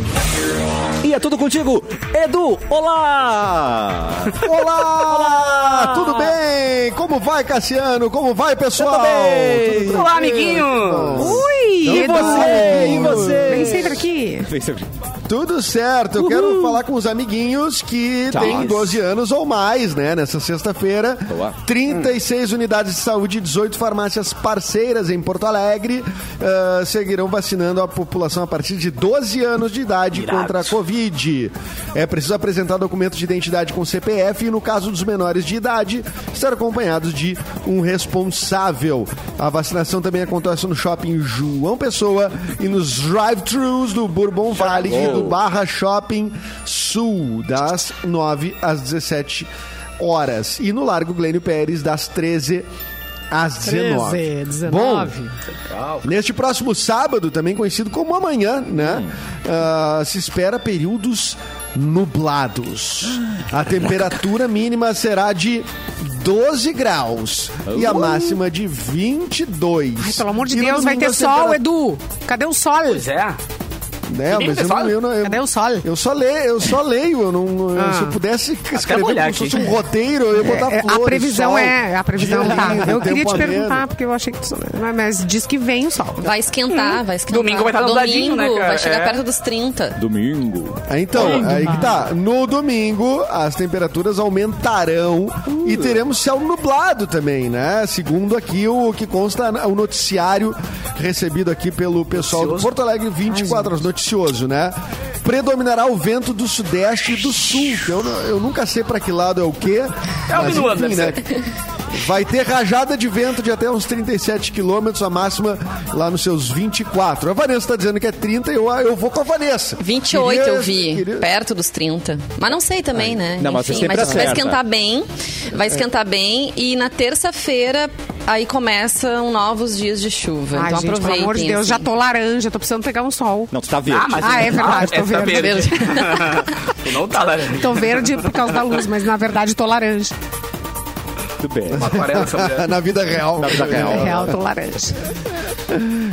E é tudo contigo, Edu. Olá! [LAUGHS]
Olá! Tudo bem? Como vai, Cassiano? Como vai, pessoal?
bem.
Tudo
Olá,
tranquilo?
amiguinhos!
Ui,
E
Edu.
você? E você?
Vem sempre aqui.
Vem sempre.
Tudo certo, eu quero falar com os amiguinhos que têm 12 anos ou mais, né? Nessa sexta-feira.
Boa.
36 unidades de saúde e 18 farmácias parceiras em Porto Alegre ah, seguirão vacinando a população a partir de 12 anos de idade contra a Covid. É preciso apresentar documento de identidade com CPF e, no caso dos menores de idade, estar acompanhados de um responsável. A vacinação também acontece no shopping João Pessoa e nos drive-thrus do Bourbon Valley e do Barra Shopping Sul, das 9 às 17 horas. E no Largo Glênio Pérez, das 13 às 19.
13, 19.
Bom, Neste próximo sábado, também conhecido como amanhã, né?
Hum.
Ah, se espera períodos nublados. A temperatura mínima será de 12 graus e a máxima de 22.
Ai, pelo amor de
E no
Deus, vai
domingo
ter
as
sol,
tempera-
Edu. Cadê o sol?
Pois é.
Né,
Domingo
mas
tem
eu, não,
sol?
eu, não, eu,
Cadê o sol?
eu só leio, eu só leio, eu não, eu-
Ah.
se eu pudesse escrever
molhar
como se
aqui.
fosse um roteiro, eu ia botar
É, a
flores,
previsão
sol, um
é, a previsão
dia
tá.
lindo,
Eu queria
tempo
te
ameno.
perguntar, porque eu achei que. tu- Mas diz que vem o sol.
Vai esquentar, vai esquentar.
Domingo vai estar nubladinho, né,
Domingo,
cara?
Vai chegar
É.
perto dos 30.
Domingo.
Ah, Então, aí que tá. No domingo, as temperaturas aumentarão e teremos céu nublado também, né? Segundo aqui o que consta o noticiário recebido aqui pelo pessoal do Porto Alegre 24 horas, noticioso, né? Predominará o vento do sudeste e do sul, que eu, eu nunca sei pra que lado é o quê.
É o
mas
minuano,
enfim,
deve
né? Vai ter rajada de vento de até uns 37 quilômetros, a máxima lá nos seus 24. A Vanessa tá dizendo que é 30 e eu, eu vou com a Vanessa.
28 eu vi,
Queria-
perto dos 30. Mas não sei também, né?
Não, mas você
Enfim,
sempre
vai
acerta.
esquentar bem. Vai esquentar bem. E na terça-feira, aí começam novos dias de chuva.
Ai,
então
gente,
aproveitem.
pelo amor de Deus,
assim.
já tô laranja, tô precisando pegar um sol.
Não, tu tá verde.
Ah, é verdade, tô
essa tá
verde.
verde. Tu [LAUGHS] não tá, né?
Tô verde por causa da luz, mas na verdade tô laranja.
Tudo bem.
Uma aquarela, essa mulher.
[LAUGHS] Na vida real. Na vida
Na É real, tô laranja.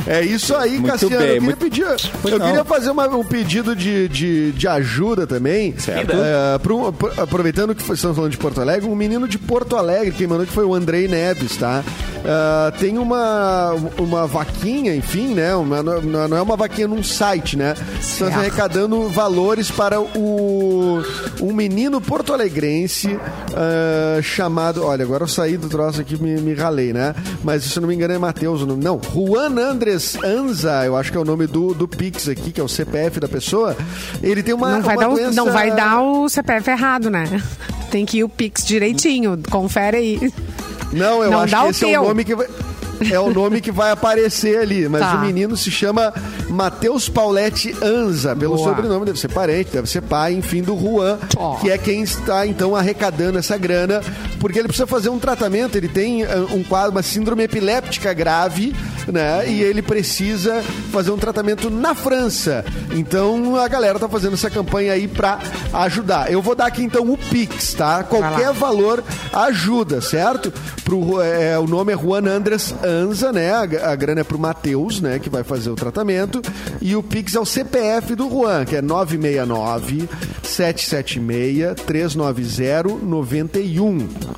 É isso aí,
Muito
Cassiano.
bem,
eu queria
muito-
pedir.
Pois
eu
não.
queria fazer uma- um pedido de, de, de ajuda também.
Certo.
É, pra um- pra- aproveitando que estamos falando de Porto Alegre, um menino de Porto Alegre, quem mandou que foi o Andrei Neves, tá? Ah, tem uma, uma vaquinha, enfim, né? Uma- não não é uma vaquinha num site, né? Estamos
Certo.
arrecadando valores para o um menino porto-alegrense ah, chamado. Olha, agora eu saí do troço aqui me, me ralei, né? Mas se eu não me engano é Matheus o nome. Não, Juan Andres Anza, eu acho que é o nome do, do Pix aqui, que é o CPF da pessoa. Ele tem uma.
Não vai,
uma
dar o,
doença-
não vai dar o CPF errado, né? Tem que ir o Pix direitinho, confere aí.
Não, eu
não
acho
dá
que
o
esse é
teu.
o nome que vai. é o nome que vai aparecer ali. Mas
Tá.
o menino se chama Matheus Paulette Anza. Pelo
Boa.
sobrenome, deve ser parente, deve ser pai, enfim, do Juan,
Ó.
que é quem está, então, arrecadando essa grana. Porque ele precisa fazer um tratamento, ele tem ah, um quadro, uma síndrome epiléptica grave, né? E ele precisa fazer um tratamento na França. Então, a galera tá fazendo essa campanha aí pra ajudar. Eu vou dar aqui, então, o Pix, tá? Qualquer valor ajuda, certo? Pro, Ju- é, o nome é Juan Andres Anza, né? A, g- a grana é pro Matheus, né? Que vai fazer o tratamento. E o Pix é o CPF do Juan, que é 969-776-390-91. Tá?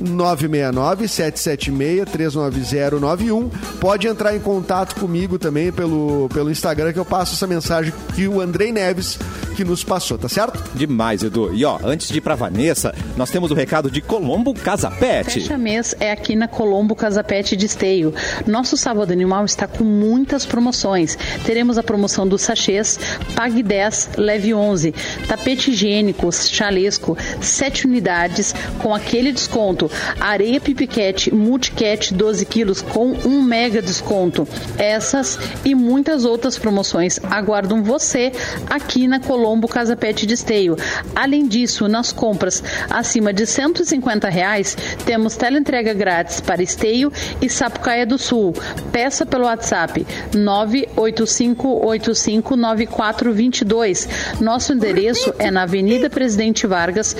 96 969-776-39091. Pode entrar em contato comigo também pelo, pelo Instagram que eu passo essa mensagem que o Andrei Neves que nos passou, tá certo?
Demais, Edu. E ó, antes de ir pra Vanessa, nós temos o recado de Colombo Casapete.
Fecha mês é aqui na Colombo Casapete de Esteio. Nosso sábado animal está com muitas promoções. Teremos a promoção dos sachês, pague 10, leve 11. Tapete higiênico, chalesco, 7 unidades com aquele desconto. Areia pipiquete, multiquete 12 quilos com um mega desconto. Essas e muitas outras promoções aguardam você aqui na Colombo Casapete de Esteio. Além disso, nas compras acima de R$ 150 reais, temos teleentrega grátis para Esteio e Sapucaia do Sul. Peça pelo WhatsApp 985859422. Nosso endereço é na Avenida Presidente Vargas,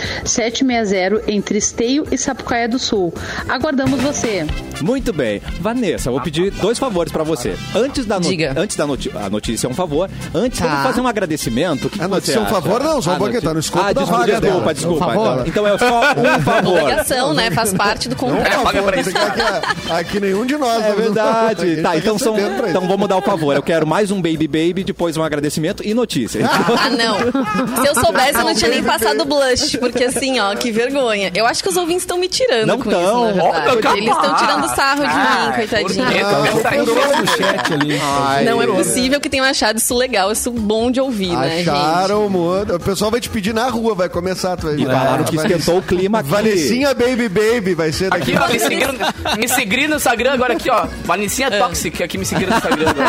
760, entre Esteio e Sapucaia do Sul. Aguardamos você!
Muito bem. Vanessa, eu vou pedir dois favores pra você. Antes da, no-
Diga.
Antes da noti- a notícia é um favor. Antes,
Tá.
vamos fazer um agradecimento. O que
A
que
notícia
você
é um
acha?
favor? Não, só
Ah,
um pouquinho,
noti-
tá no escopo
Ah,
da
desculpa,
vaga
desculpa,
dela.
desculpa.
Um
Então,
favor.
então é só
[LAUGHS]
um favor.
Obrigação, né? Faz parte do
Não,
contrato.
por
É, paga
favor,
pra isso.
você quer que a- aqui nenhum de nós.
É
né?
verdade.
Ele
Tá, então, são,
recebendo pra isso.
então vou mudar o favor. Eu quero mais um Baby Baby, depois um agradecimento e notícia.
[LAUGHS]
Então,
Ah, não. Se eu soubesse, eu não tinha nem passado blush. Porque assim, ó, que vergonha. Eu acho que os ouvintes estão me tirando
Não
com
tão.
isso, na
Olha,
verdade.
capaz.
Eles estão tirando sarro de
Ah,
mim, coitadinho.
por quê?
Ah,
Tá
Essa aí
procurou.
foi-
No chat ali.
Ai,
Não é possível que tenham achado isso legal, isso bom de ouvir, né, gente?
Acharam, moda. O pessoal vai te pedir na rua, vai começar. Tu vai
e falaram que esquentou o clima aqui.
Vanessinha Baby Baby vai ser daqui.
Aqui, ó, me seguiram, me seguiram no Instagram agora aqui, ó. Vanicinha
Ah.
Toxic, aqui me seguiram no Instagram agora.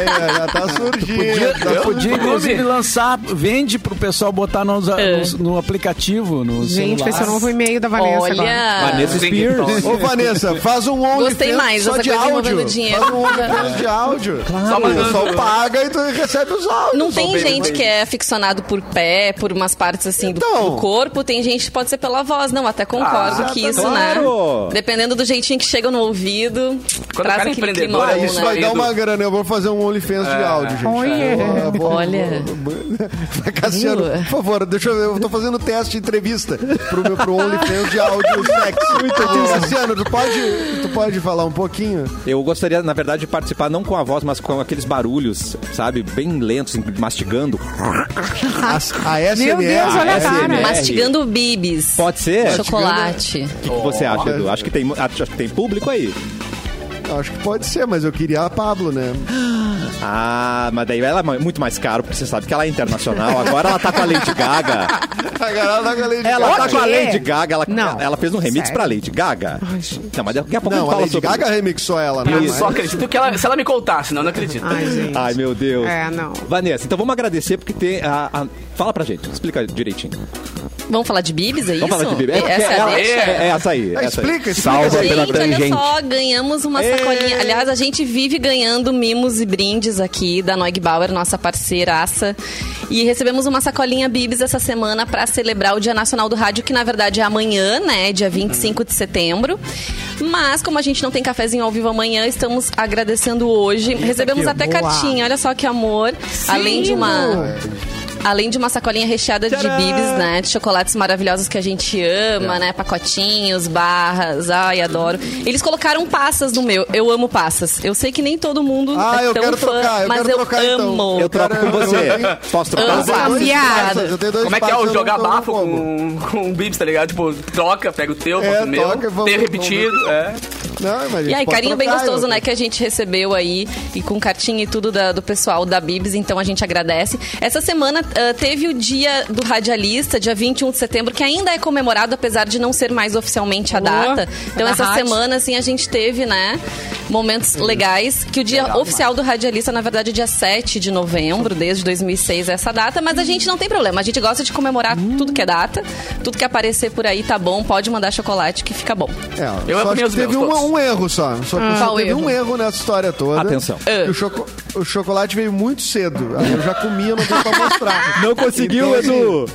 É, é, já tá surgindo.
Podia,
tá
podia, inclusive, lançar, vende pro pessoal botar nos,
É.
nos- no aplicativo, no
Gente, vai
celular.
ser o novo e-mail da Vanessa agora.
Olha.
Vanessa Spears.
Ô, Vanessa, faz um OnlyFans
Gostei mais
só
dessa
de
coisa
áudio.
envolvendo dinheiro.
Faz um OnlyFans de áudio.
Só
O
mandando.
pessoal paga e tu recebe os áudios.
Não
Ô,
tem
baby,
gente
baby.
que é aficionado por pé, por umas partes assim do,
Então.
do corpo, tem gente que pode ser pela voz. Não, até concordo
Ah,
que isso,
claro.
né? Dependendo do jeitinho que chega no ouvido,
Quando o
traz
cara é
aquele
empreendedor,
climão,
é
Isso
né?
vai dar uma grana. Eu vou fazer um OnlyFans de áudio, gente. Eu vou-
Olha.
[LAUGHS] Vai, Cassiano,
Viu?
por favor, deixa eu ver. Eu tô fazendo teste de entrevista pro, meu, pro OnlyFans de áudio sexo. Muito bom. Cassiano, tu pode, tu pode falar um pouquinho?
Eu gostaria, na verdade, de participar não com a voz, mas com aqueles barulhos, sabe? Bem lentos, mastigando.
Ah,
As- A SMR.
Meu Deus, olha a
SMR.
cara.
É. Mastigando bibis.
Pode ser? O
Chocolate.
que, que você acha, Edu? Acho que, tem, acho que tem público aí.
Acho que pode ser, mas eu queria a Pablo, né?
Ah, mas daí ela é muito mais caro, porque você sabe que ela é internacional. Agora ela tá com a Lady Gaga.
A galera da galera
Ela tá com a
quê?
Lady Gaga. Ela,
Não.
ela fez um remix
Sério?
pra Lady Gaga. Não, mas daqui a pouco
Não,
gente
a
fala
Lady
sobre
Gaga remixou ela, né?
Eu
Mas-
só acredito que ela, se ela me contar, senão eu não acredito.
Ai, gente.
Ai, meu Deus.
É, não.
Vanessa, então vamos agradecer porque tem a... a- Fala pra gente, explica direitinho.
Vamos falar de bibis, é isso?
Vamos falar de bebê.
Essa é, a
ela-
deixa?
é, é essa aí.
Ah,
essa aí.
explica, explica
Salva
essa aí.
pela
Gente, olha
tangente.
só, ganhamos uma sacolinha. Aliás, a gente vive ganhando mimos e brindes aqui da Noig Bauer, nossa parceiraça. E recebemos uma sacolinha Bibis essa semana pra celebrar o Dia Nacional do Rádio, que na verdade é amanhã, né? Dia 25 de setembro. Mas, como a gente não tem cafezinho ao vivo amanhã, estamos agradecendo hoje. recebemos
que
até
boa.
cartinha, olha só que amor. Além de uma. Além de uma sacolinha recheada de bibis, né? De chocolates maravilhosos que a gente ama, né? Pacotinhos, barras, ai, adoro. Eles colocaram passas no meu. Eu amo passas. Eu sei que nem todo mundo
Ah,
é
eu
tão
quero
fã,
trocar, eu
mas
quero
eu
trocar, então.
amo.
Eu troco com você.
Eu-
Posso trocar?
Amo.
Eu tenho dois
Afiado.
parças, eu tenho dois
Como é que é
parças,
o
eu
jogar
então não- eu não
bafo
como.
com, com o Bibs, tá ligado? Tipo, troca, pega o teu,
É,
bota o meu,
troca, vamos-
tem repetido. É.
Não, mas a
E
gente
aí,
pode
carinho bem
trocar,
gostoso,
eu-
né? Que a gente recebeu aí, e com cartinha e tudo da- do pessoal da Bibs, então a gente agradece. Essa semana ah, teve o dia do radialista, dia 21 de setembro, que ainda é comemorado, apesar de não ser mais oficialmente a data. Então,
na
essa
rádio.
semana, assim, a gente teve, né? Momentos
Uhum.
legais, que o dia oficial do radialista, na verdade, é dia 7 de novembro,
Uhum.
desde 2006 é essa data, mas a gente não tem problema, a gente gosta de comemorar tudo que é data, tudo que aparecer por aí tá bom, pode mandar chocolate que fica bom.
É,
Eu apanhei
só acho
os
que teve
meus
um,
todos.
um erro só. Só,
Hum.
que só
Qual
teve
erro?
um erro nessa história toda.
Atenção.
Que O, choco- o chocolate veio muito cedo. Aí eu já comia, não tenho pra mostrar.
Não conseguiu,
Então, assim,
Edu.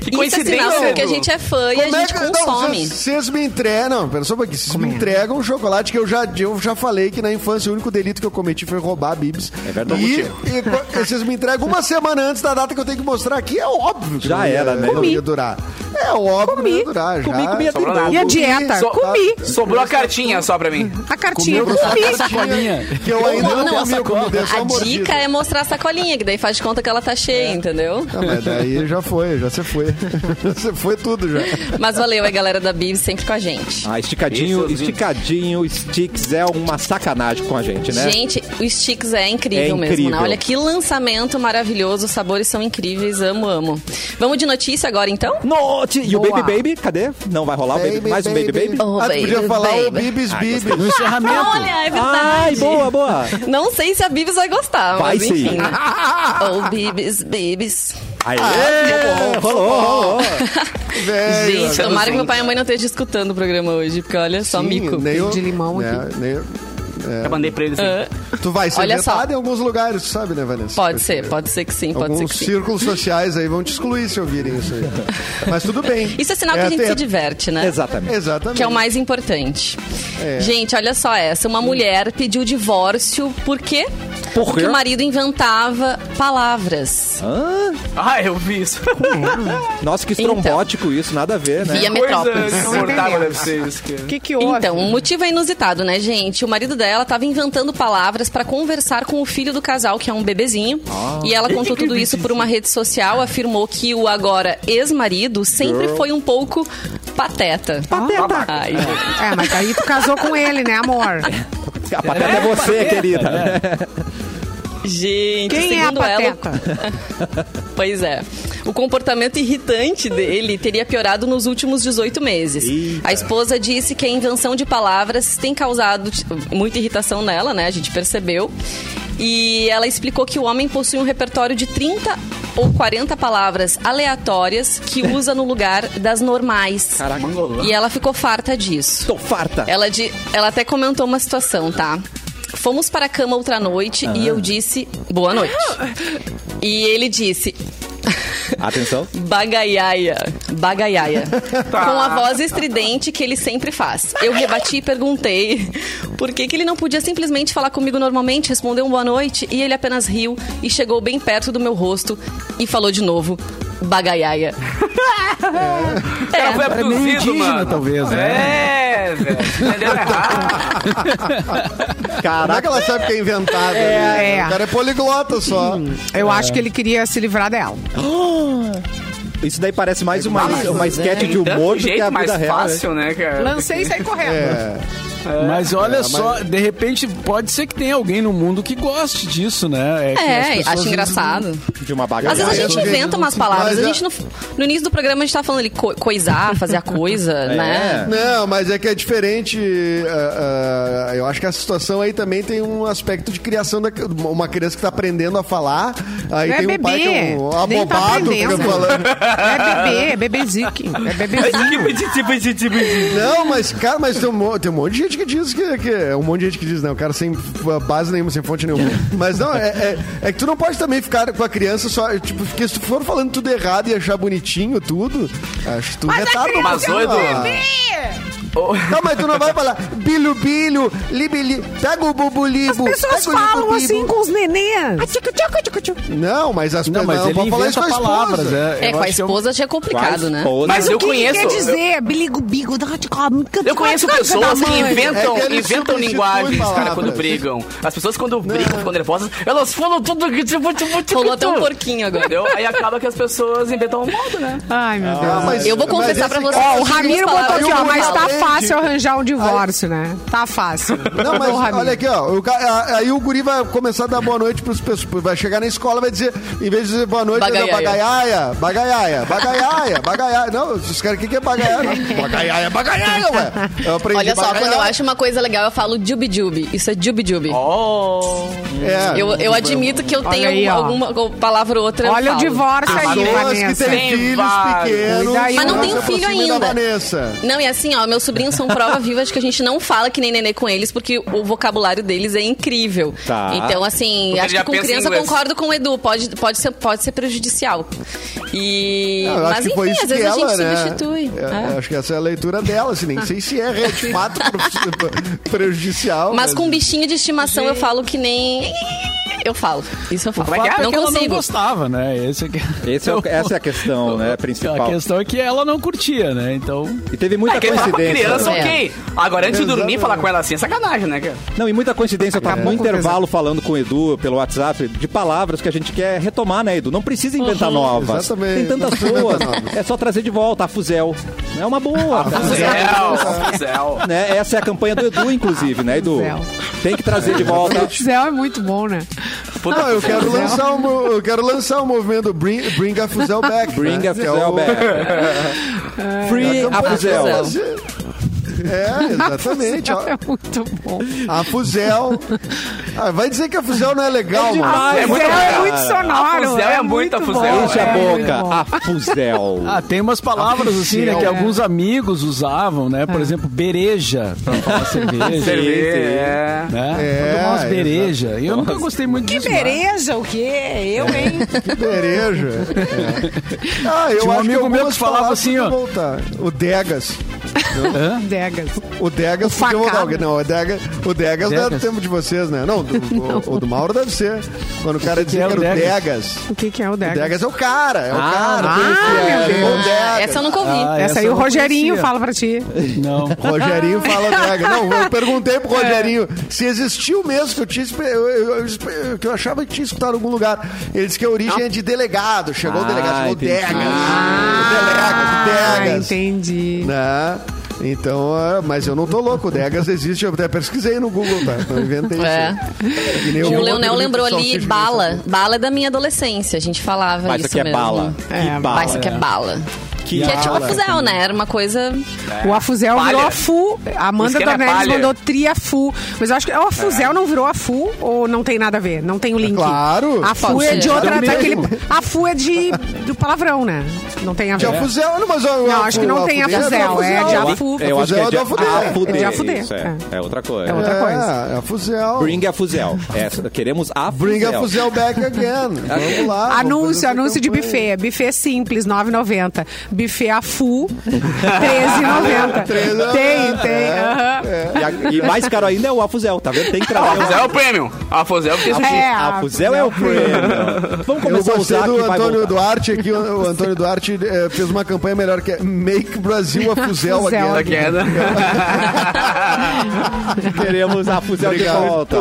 Que
Isso é sinal
coincidência.
que a
Edu.
gente é fã e a
Como é
gente
que- não,
consome.
vocês- Vocês me entregam. Não, pera só um pouquinho. Vocês me entregam um chocolate que eu já, eu já falei que na infância o único delito que eu cometi foi roubar bibs. É
verdade.
E, e co- vocês me entregam uma semana antes da data que eu tenho que mostrar aqui. É óbvio que
Já
não ia-
era, né?
Não ia durar. É óbvio que não ia
Comi.
durar. já.
Comi, comi até
Sobrou
então.
nada.
E a dieta?
Só-
Comi.
Sobrou a cartinha só pra mim.
A cartinha eu
Comeu pra
comi.
Sacolinha.
Que eu ainda não,
Não,
comi, eu comi, dei
A
só uma mordida.
dica é mostrar a sacolinha, que daí faz de conta que ela tá cheia, entendeu?
Ah, mas daí já foi, já você foi. [LAUGHS] Você foi tudo já.
Mas valeu aí, galera da Bib, sempre com a gente.
Ah, esticadinho,
Esses
esticadinho, Sticks é uma sacanagem com a gente, né?
Gente, o Sticks é incrível,
É
mesmo, né?
incrível.
Olha que lançamento maravilhoso, os sabores são incríveis, amo, amo. Vamos de notícia agora então?
Note! E o Baby Baby, cadê? Não vai rolar o Baby, mais um Baby Ah, Baby?
Oh,
ah, tu podia
baby,
falar o
baby.
Bibis Bibis.
No encerramento.
Olha, é
Ai,
verdade.
boa,
[LAUGHS]
boa!
Não sei se a Bibs vai gostar,
Vai
mas enfim.
sim.
né? Oh, Bibs, Bibs.
Aê! rolou, rolou!
Velho,
Gente,
olha,
tomara que meu
gente.
pai e minha mãe não estejam escutando o programa hoje, porque olha só,
sim,
mico.
nem eu-
de limão
né, nem eu-
É.
Eu mandei pra eles. assim.
Tu vai ser
Olha só.
vetado em alguns lugares, tu sabe, né, Vanessa?
Pode ser, pode ser que sim, pode
Alguns
ser que sim.
círculos sociais aí vão te excluir se ouvirem isso aí. Mas tudo bem.
Isso é sinal que a gente
até-
se diverte, né?
Exatamente.
Exatamente.
Que é o mais importante.
É.
Gente, olha só essa.
Hum.
Uma mulher pediu divórcio por quê?
Por
Porque
quê?
o marido inventava palavras.
Hã?
Ah, eu vi isso.
Nossa, que
Então.
estrombótico isso, nada a ver,
É.
né?
Via
Coisa
Metrópolis.
insuportável deve ser isso.
O
cara.
que que houve?
Então, o motivo é inusitado, né, gente? O marido dela estava inventando palavras para conversar com o filho do casal, que é um bebezinho.
Ah.
E ela contou
é um
tudo isso por uma rede social, afirmou que o agora ex-marido sempre foi um pouco pateta. Pateta!
É, mas aí tu casou com ele, né,
[LAUGHS]
amor?
A pateta é, você, querida.
gente,
Quem é a
segundo ela,
pateta?
Pois é. O comportamento irritante dele teria piorado nos últimos 18 meses. A esposa disse que a invenção de palavras tem causado t- muita irritação nela, né? A gente percebeu. E ela explicou que o homem possui um repertório de 30 ou 40 palavras aleatórias que usa no lugar das normais.
Caraca.
E ela ficou farta disso.
Tô farta.
Ela, de, ela até comentou uma situação, tá? Fomos para a cama outra noite e eu disse boa noite. E ele disse. [LAUGHS]
Atenção.
Bagaiaia, bagaiaia. Com
[LAUGHS] Tá.
a voz estridente que ele sempre faz. Eu rebati e perguntei por que, que ele não podia simplesmente falar comigo normalmente, respondeu um boa noite e ele apenas riu e chegou bem perto do meu rosto e falou de novo, bagaiaia.
Cara, foi
Era meio
abduzido,
indígena,
mano.
talvez,
né? É, velho. Entendeu errado.
Como é que
Caraca.
ela sabe que é inventada?
É, é.
O cara é poliglota só.
Eu acho que ele queria se livrar dela.
Isso daí parece mais uma, é uma esquete de humor
é
do
um Tanto
que
jeito
a
mais
vida real. né?
fácil, né, cara?
Lancei e saí correndo.
É.
Mas olha só, de repente pode ser que tenha alguém no mundo que goste disso, né? que as
É,
pessoas, às
acho
vezes,
engraçado.
De uma bagaça.
Às vezes a
Eu
gente
acho que
inventa
não
umas
se
palavras. A
faz,
gente no, no início do programa a gente tá falando ali co- coisar, fazer a
[LAUGHS]
coisa,
É.
né?
Não, mas é que é diferente. ah, ah, eu acho que essa situação aí também tem um aspecto de criação da uma criança que tá aprendendo a falar. Aí
Não é
tem um pai que é
bebê.
um
Nem tá
abobado fica
aprendendo.
falando.
É bebê, é bebezinho. É bebezinho.
tipo,
Não, mas, cara, mas tem um, mo- tem um monte de gente que diz que, que. é Um monte de gente que diz, não, o cara sem f- base nenhuma, sem fonte nenhuma. Mas não, é, é- é que tu não pode também ficar com a criança só. Tipo, porque se tu for falando tudo errado e achar bonitinho tudo, acho que tu
Mas a
retarda um
criança
pouquinho
é um
a-
bebê!
Não, mas tu não vai falar bilho, bilho, libili, pega o bubulibo.
As pessoas
pega o
falam
libulibo."
assim com os neném.
Não, mas as
Não,
pessoas
mas
não
ele
pode falar isso
inventa
com a esposa.
palavras.
É, com a
um
esposa já é complicado, né?
Mas eu
O que que
conheço.
quer
eu-
dizer? É Biligo, bigo, da- de-
Eu conheço pessoas que inventam,
É que eles
inventam
substituem
linguagens, cara,
palavras.
quando brigam. As pessoas quando brigam, ficam nervosas, elas falam tudo que tipo, tipo, tipo,
Rolou até um
tudo.
porquinho agora.
Entendeu? Aí acaba que as pessoas inventam um modo, né?
Ai, meu Deus.
Ah, mas-
Eu vou
mas
confessar
esse
pra vocês.
cara-
Ó, o
que
Ramiro
minhas
botou
palavras
aqui, ó,
são
é um
mas tá
malas.
falei,
fácil arranjar um divórcio, né? Tá fácil.
Não, mas
Porra,
olha
amigo.
aqui, ó. o ca- a- Aí o guri vai começar a dar boa noite pros pessoas. Vai chegar na escola vai dizer, em vez de dizer boa noite, vai dar bagaiaia, bagaiaia, bagaiaia, bagaiaia. Não, os caras, o que, que é bagaiaia? Não, Bagaiaia, bagaiaia, ué. Eu aprendi
Olha só,
bagaiaia.
quando eu acho uma coisa legal, eu falo jubi-jubi. Isso é jubi-jubi.
É,
Eu, eu admito que eu tenho
aí, ó.
alguma, alguma palavra ou outra. eu
Olha o
falo.
divórcio aí,
Pessoas que
Vanessa.
têm
Tem
filhos
vários.
pequenos.
Cuida aí, Mas não
se
tem
um filho
aproximem da
ainda.
Vanessa.
Não, e assim, ó, meus sobrinhos são prova [LAUGHS] viva de que a gente não fala que nem nenê com eles, porque o vocabulário deles é incrível.
Tá.
Então, assim,
Porque ele
acho
já
que com
pensa em
criança eu
inglês.
concordo com o Edu, pode, pode, ser, pode ser prejudicial. E...
Eu acho
Mas
que foi
enfim,
isso
às vezes
que
a
ela,
gente
né?
substitui.
É,
É.
Acho que essa é a leitura dela, assim, nem sei se é de [LAUGHS] fato pre- prejudicial.
Mas com um bichinho de estimação eu falo que nem. Eu falo. Isso eu falo.
Como é que é?
Não
Porque ela não
consigo.
gostava, né? Esse é que...
Esse é o- essa é a questão, né,
A
principal.
questão é que ela não curtia, né? Então,
E teve muita
É, querer falar com
coincidência.
criança,
né?
ok. Agora, antes de dormir, falar com ela assim é sacanagem, né, cara?
Não, e muita coincidência, eu tava no intervalo falando com o Edu pelo WhatsApp de palavras que a gente quer retomar, né, Edu? Não precisa inventar novas. Tem
Exatamente.
tantas
Não precisa
boas.
inventar novas.
É só trazer de volta. A Fuzel. É uma boa.
Ah,
tá?
Céu, céu.
Né? Essa é a campanha do Edu, inclusive, né, Edu?
Fuzel.
Tem que trazer de volta.
O Zé é muito bom, né?
Não, eu quero lançar um, mo- eu quero lançar um movimento Bring, bring a Fuzel Back.
Bring
né?
a
Que é
Fuzel
o-
back. Free a Fuzel.
É, exatamente. ó.
É muito bom.
A Fuzel. Ah, vai dizer que a Fuzel não é legal, mano.
Ah,
é
o
muito
Zé é
legal.
muito sonoro.
A Fuzel é muito a Fuzel.
bom.
Enche a
É,
boca.
muito bom.
A Fuzel.
[LAUGHS] ah, tem umas palavras assim, né? Que alguns amigos usavam, né? Por exemplo, bereja, pra falar [LAUGHS] cerveja.
É.
Né?
É,
Vou tomar umas bereja. Eu nunca gostei muito
Que
disso.
bereja, o quê? Eu, hein?
[LAUGHS]
Que bereja. É. Ah, eu
Tinha um
acho que
amigo meu que
algumas
falava
palavras
assim,
podiam
ó.
voltar. O Degas.
Degas.
O Degas podia
facada.
voltar. Alguém- Não, o Degas, o Degas, não é do
Degas.
tempo de vocês, né? Não,
[LAUGHS]
do- O, o do Mauro deve ser. Quando o cara dizia
é
que era
o
o Degas.
O que, que é o
O
Degas?
Degas é o cara, é o
Ah,
cara.
ah,
é,
meu Deus.
o Degas.
Essa eu nunca ouvi.
Ah,
Essa aí
eu
o
não
Rogerinho
conhecia.
fala pra ti.
Não. [LAUGHS]
[LAUGHS]
Rogerinho fala Degas. Não, eu perguntei
É.
pro Rogerinho se existiu mesmo, que eu, tinha, espe- eu, eu- eu- que eu achava que tinha escutado em algum lugar. Ele disse que a origem é de delegado. Chegou o delegado, chegou o
Ah, entendi. Ah,
Degas. o Degas, o
Ah,
Degas.
entendi.
Né? Então, ah, mas eu não tô louco, o Degas existe, eu até pesquisei no Google, tá? Eu inventei
É.
isso. Que nem
O
outro
Leonel
livro,
lembrou
Salsicha
ali
de
bala.
Minas.
Bala é da minha adolescência. A gente falava
Mas
isso
aqui é
mesmo.
bala.
É,
que
Mas
bala.
isso aqui é bala.
Que
Que é tipo
bala.
a fuzel, né? Era uma coisa.
O Afuzel virou
Palha.
Afu. A Amanda
Isso que era
Dornelles
palha.
mandou Triafu. Mas eu acho que é o Afuzel não virou Afu ou não tem nada a ver? Não tem o link.
Claro.
Afu
Pode
é
ser.
de outra.
É o mesmo.
Daquele, Afu é de, do palavrão, né? Não tem a ver.
É.
Tinha Fuzel, não, mas o-
Não,
o-
acho que não
o
tem a
Fuzel era
Fuzel, é
Fuzel.
de Afu.
Eu acho que é de
Fuzel é de
afuder.
É de afuder.
Isso, é. É outra coisa.
É outra
É,
coisa.
É, a Fuzel.
Bring a Fuzel. Essa, queremos a Fuzel.
Bring a Fuzel back again. Vamos lá. vamos fazer
É. Anúncio,
essa
anúncio de
campanha.
buffet. É Buffet simples, 9,90. Buffet Afu, 13,90. tem, tem. aham.
E, a- e mais caro ainda é o Afuzel, tá vendo? Tem que
A
trazer
[LAUGHS] Fuzel é
o
o prêmio. A Fuzel que um existe.
É,
A Fuzel é o prêmio. Vamos
Eu
começar a
gostei
usar que
do
vai
Antônio
voltar.
Duarte aqui. O o Antônio Duarte eh, fez uma campanha melhor que é Make Brasil a Fuzel
Fuzel
Da
again.
queda.
Queremos a Fuzel de
Obrigado.
volta.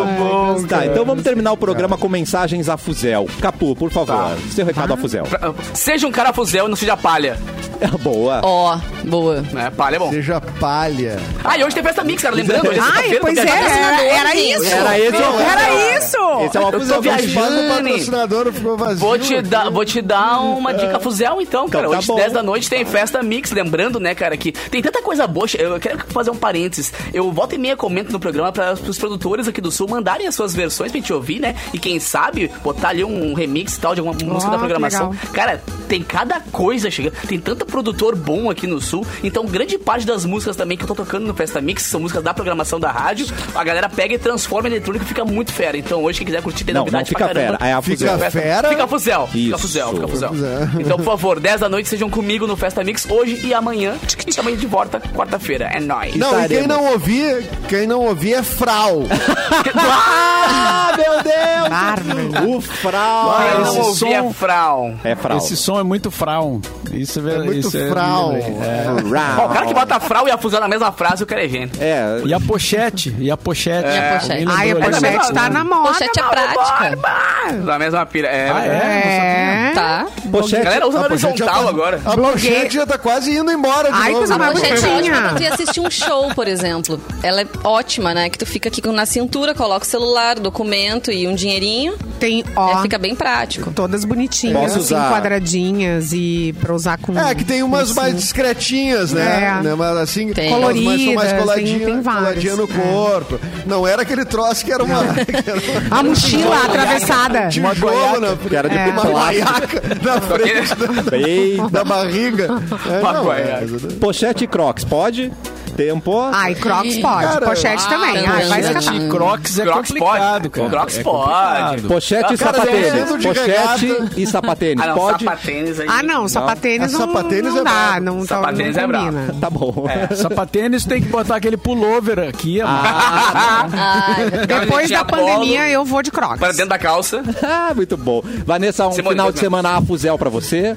tá, então vamos terminar o programa com mensagens a Fuzel. Capu, por favor,
Tá.
seu recado a Fuzel.
Seja um cara Fuzel, não seja palha.
[LAUGHS] Boa.
Ó, boa.
É, palha é bom.
Seja palha.
Ah, e hoje tem festa mix, cara. Lembrando, hoje é
Ai,
sexta-feira,
pois é, Então,
tô viajando.
era, era isso.
Era esse o
Era isso.
Esse é o
Eu tô
Afuzel.
Mas
né,
o
viajando.
patrocinador ficou vazio.
Vou te, dar, vou te dar uma dica fuzel, então, cara.
Hum, é. tá
Hoje,
bom.
10 da noite, tem festa mix. Lembrando, né, cara, que tem tanta coisa boa. Eu quero fazer um parênteses. Eu volta e meia comento no programa para os produtores aqui do Sul mandarem as suas versões pra gente ouvir, né? E quem sabe botar ali um remix e tal de alguma música da
que
programação.
legal.
Cara, tem cada coisa chegando. Tem tanto produtor bom aqui no Sul. Então, grande parte das músicas também que eu tô tocando no Festa Mix são músicas da programação da rádio. A galera pega e transforma em eletrônico e fica muito fera. Então, hoje, quem quiser curtir, tem
Não, não
novidade
fica
pra caramba.
fera. É a Fuzel.
Fica fera.
Fica fuzel.
Isso.
Fica fuzel, fica fuzel.
Fuzel.
Então, por favor, 10 da noite sejam comigo no Festa Mix hoje e amanhã. E também de volta quarta-feira. É nóis. [LAUGHS]
Não, e quem
Estaremos.
não ouvir, quem não ouvir é frau.
Ah, meu Deus!
Bárbaro.
O Frau!
Quem
esse
não ouvir
som-
é frau.
É Frau.
Esse som é muito frau. Isso é, ver-
muito muito
esse é
frau.
menino aí. É.
Ó, o cara que bota frau e a fusão na mesma frase, o cara é gente.
É,
E a pochete, e a pochete.
E a
Alguém
pochete.
lembrou
Ai, a
aí?
pochete tá na moda.
Pochete é prática.
Na mesma pira. É,
Ah, é?
É.
Tá.
A
pochete.
galera usa
A
na
pochete já
horizontal
tá-
agora.
A pochete já tá quase indo embora de
Ai,
novo.
coisa
A
mais
né?
pochete é
bonitinha.
ótima pra tu ir assistir um show, por exemplo. Ela é ótima, né? Que tu fica aqui com- na cintura, coloca o celular, documento e um dinheirinho.
Tem,
É,
ó.
fica bem prático.
Todas bonitinhas,
Posso
assim,
usar.
quadradinhas e pra usar com.
É, que tem umas
com
mais
cinto.
discretinhas, né?
É.
Né, Mas assim,
Tem.
umas mais- são
Coloridas,
mais coladinhas,
tem- tem várias,
coladinha no
é.
corpo. Não era aquele troço que era uma... [LAUGHS] que era uma-
A mochila atravessada.
Uma
guaiaca.
tijolo na
Que era de
né? é. uma guaiaca
[LAUGHS]
na frente da,
Bem-
da barriga. É,
Uma
não, é,
guaiaca.
Pochete e crocs, pode? Tempo.
Ah,
Ai, Crocs pode.
Cara,
ah,
Pochete também. Ai,
tanto-
vai escatar.
Pochete, Crocs é
Crocs
complicado,
pode.
cara.
Crocs
é
pode.
complicado.
Pochete e
Cara,
sapatênis.
dependendo de regata.
Pochete e sapatênis,
[LAUGHS] Ah, não,
pode?
sapatênis aí.
Ah, não, sapatênis não,
Sapatênis
não
é
dá.
brabo.
Não, tá-
Sapatênis
não
é brabo.
combina.
Tá bom.
É.
Sapatênis tem que botar aquele pullover aqui, ah,
Depois
Tinha
da pandemia,
é polo
eu vou de Crocs.
Então, Para dentro da calça.
[LAUGHS] Ah, muito bom. Vanessa, um
Simone,
final
pois
de
não.
semana a fuzel pra você.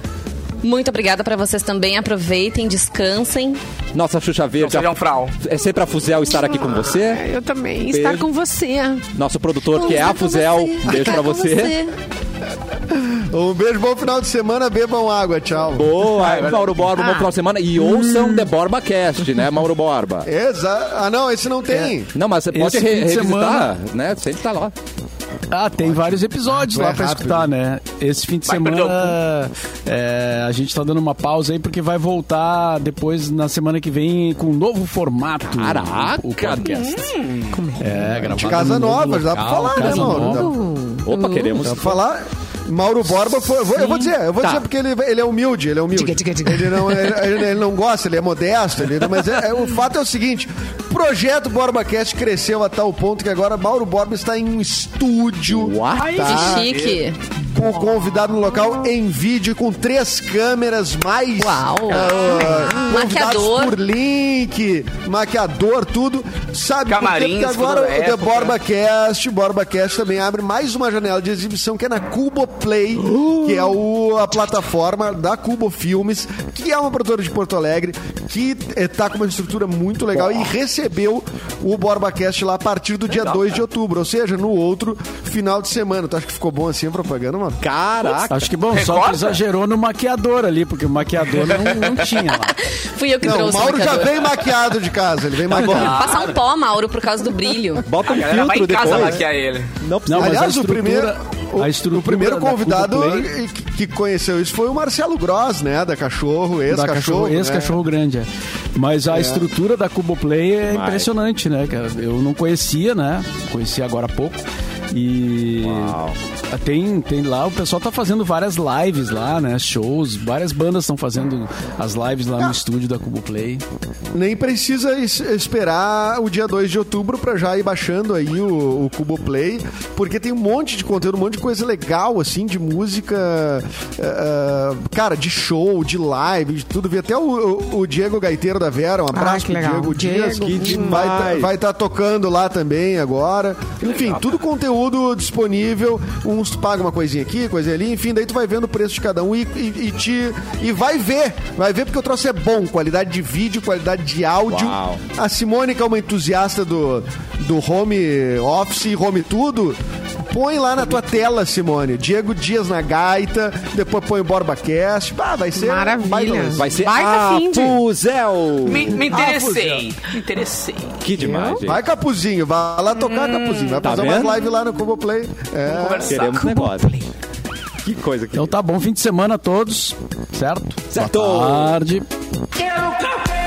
Muito obrigada pra vocês também. Aproveitem, descansem.
Nossa Xuxa
Não
Verde.
seja um frau.
É sempre a Fuzel estar aqui com você.
Eu também.
Beijo.
Estar com você.
Nosso produtor, que é
Vamos
a
lá com
Fuzel.
você.
Beijo pra
Vai com
você.
Um beijo, bom final de semana, bebam água, tchau.
Boa, Mauro Borba, bom final de semana. E ouçam The Borba Cast, né, Mauro Borba?
Exa ah, não, esse não tem.
Não, mas você pode
Esse
re
fim de
revisitar, né? Sempre tá lá.
[LAUGHS] Ah, tem vários episódios
Ah,
lá
é
pra
rápido.
escutar, né? Esse fim de
Vai perder
semana é, a gente tá dando uma pausa aí porque vai voltar depois na semana que vem com um novo formato.
Caraca!
O, o podcast. é, gravado
Casa
num novo
Nova, já dá pra
local,
falar, né,
Casa
Mauro?
Nova.
Opa, queremos.
Pra falar, Mauro Borba foi. eu vou- Eu vou dizer, eu vou
Tá.
dizer porque ele, ele é humilde, ele é humilde.
Diga, diga, diga.
Ele, não, ele, ele- ele não gosta, ele é modesto, ele, mas é- é- o fato é o seguinte: o projeto BorbaCast cresceu a tal ponto que agora Mauro Borba está em um estúdio.
What?
Tá?
Que chique.
com o convidado no local em vídeo com três câmeras mais
Uau.
ah, convidados
Hum. Maquiador.
por link, maquiador, tudo. Sabe por quê?
Camarins,
Porque agora
tudo da
o The
época.
BorbaCast, BorbaCast também abre mais uma janela de exibição que é na Cuboplay, que é o- a plataforma da Cubo Filmes, que é uma produtora de Porto Alegre, que está com uma estrutura muito legal e recebeu o BorbaCast lá a partir do dia 2 de outubro, ou seja, no outro final de semana. Tu acha que ficou bom assim a propaganda, mano?
Caraca!
Acho que bom, só
Recorta?
que exagerou no maquiador ali, porque o maquiador não, não tinha lá.
Fui eu que
Não, o
trouxe
Mauro
o
já
marcador.
vem maquiado de casa, ele vem maquiado.
Passar um pó, Mauro, por causa do brilho.
Bota um
A galera vai
filtro
em casa
depois.
maquiar ele.
Não precisa.
Não, mas
Aliás,
a
o
estrutura-
primeiro, o,
a estrutura
o primeiro
da Cubo
convidado é
Play-
que, que conheceu isso foi o Marcelo Gross, né? Da Cachorro, ex-cachorro.
da cachorro,
né?
esse cachorro grande, é. Mas a estrutura da Cuboplay é
Vai.
impressionante, né, cara? Eu não conhecia, né? Conheci agora há pouco. E tem, tem lá, o pessoal tá fazendo várias lives lá, né? Shows, várias bandas estão fazendo as lives
Ah.
lá no estúdio da Cuboplay.
Nem precisa es- esperar o dia 2 de outubro pra já ir baixando aí o, o Cubo Play, porque tem um monte de conteúdo, um monte de coisa legal, assim, de música, eh, cara, de show, de live, de tudo. Vi até o, o- o Diego Gaiteiro da Vera, um abraço
Ah, que
pro
legal.
Diego, Dias,
Diego,
que
hum.
vai tá- vai estar tocando lá também agora. Enfim, tudo conteúdo disponível, uns tu paga uma coisinha aqui, coisinha ali, enfim, daí tu vai vendo o preço de cada um e, e- e te e vai ver, vai ver porque o troço é bom, qualidade de vídeo, qualidade de áudio.
Uau.
A Simone, que é uma entusiasta do, do home office, home tudo, põe lá na tua tela, Simone. Diego Dias na gaita, depois põe o BorbaCast. Ah, vai ser.
Maravilha.
baita lance.
Vai ser
Baita
a
fim de-
Fuzel.
Me, me
Ah,
interessei. me interessei.
Que demais, gente.
Vai, Capuzinho, vai lá tocar, Capuzinho. Vai
Tá
fazer
vendo?
umas live lá no Cuboplay. É.
Conversar.
Queremos negócio. Que coisa que...
Então tá bom, fim de semana a todos, certo?
Certo.
Boa tarde.
Quero café!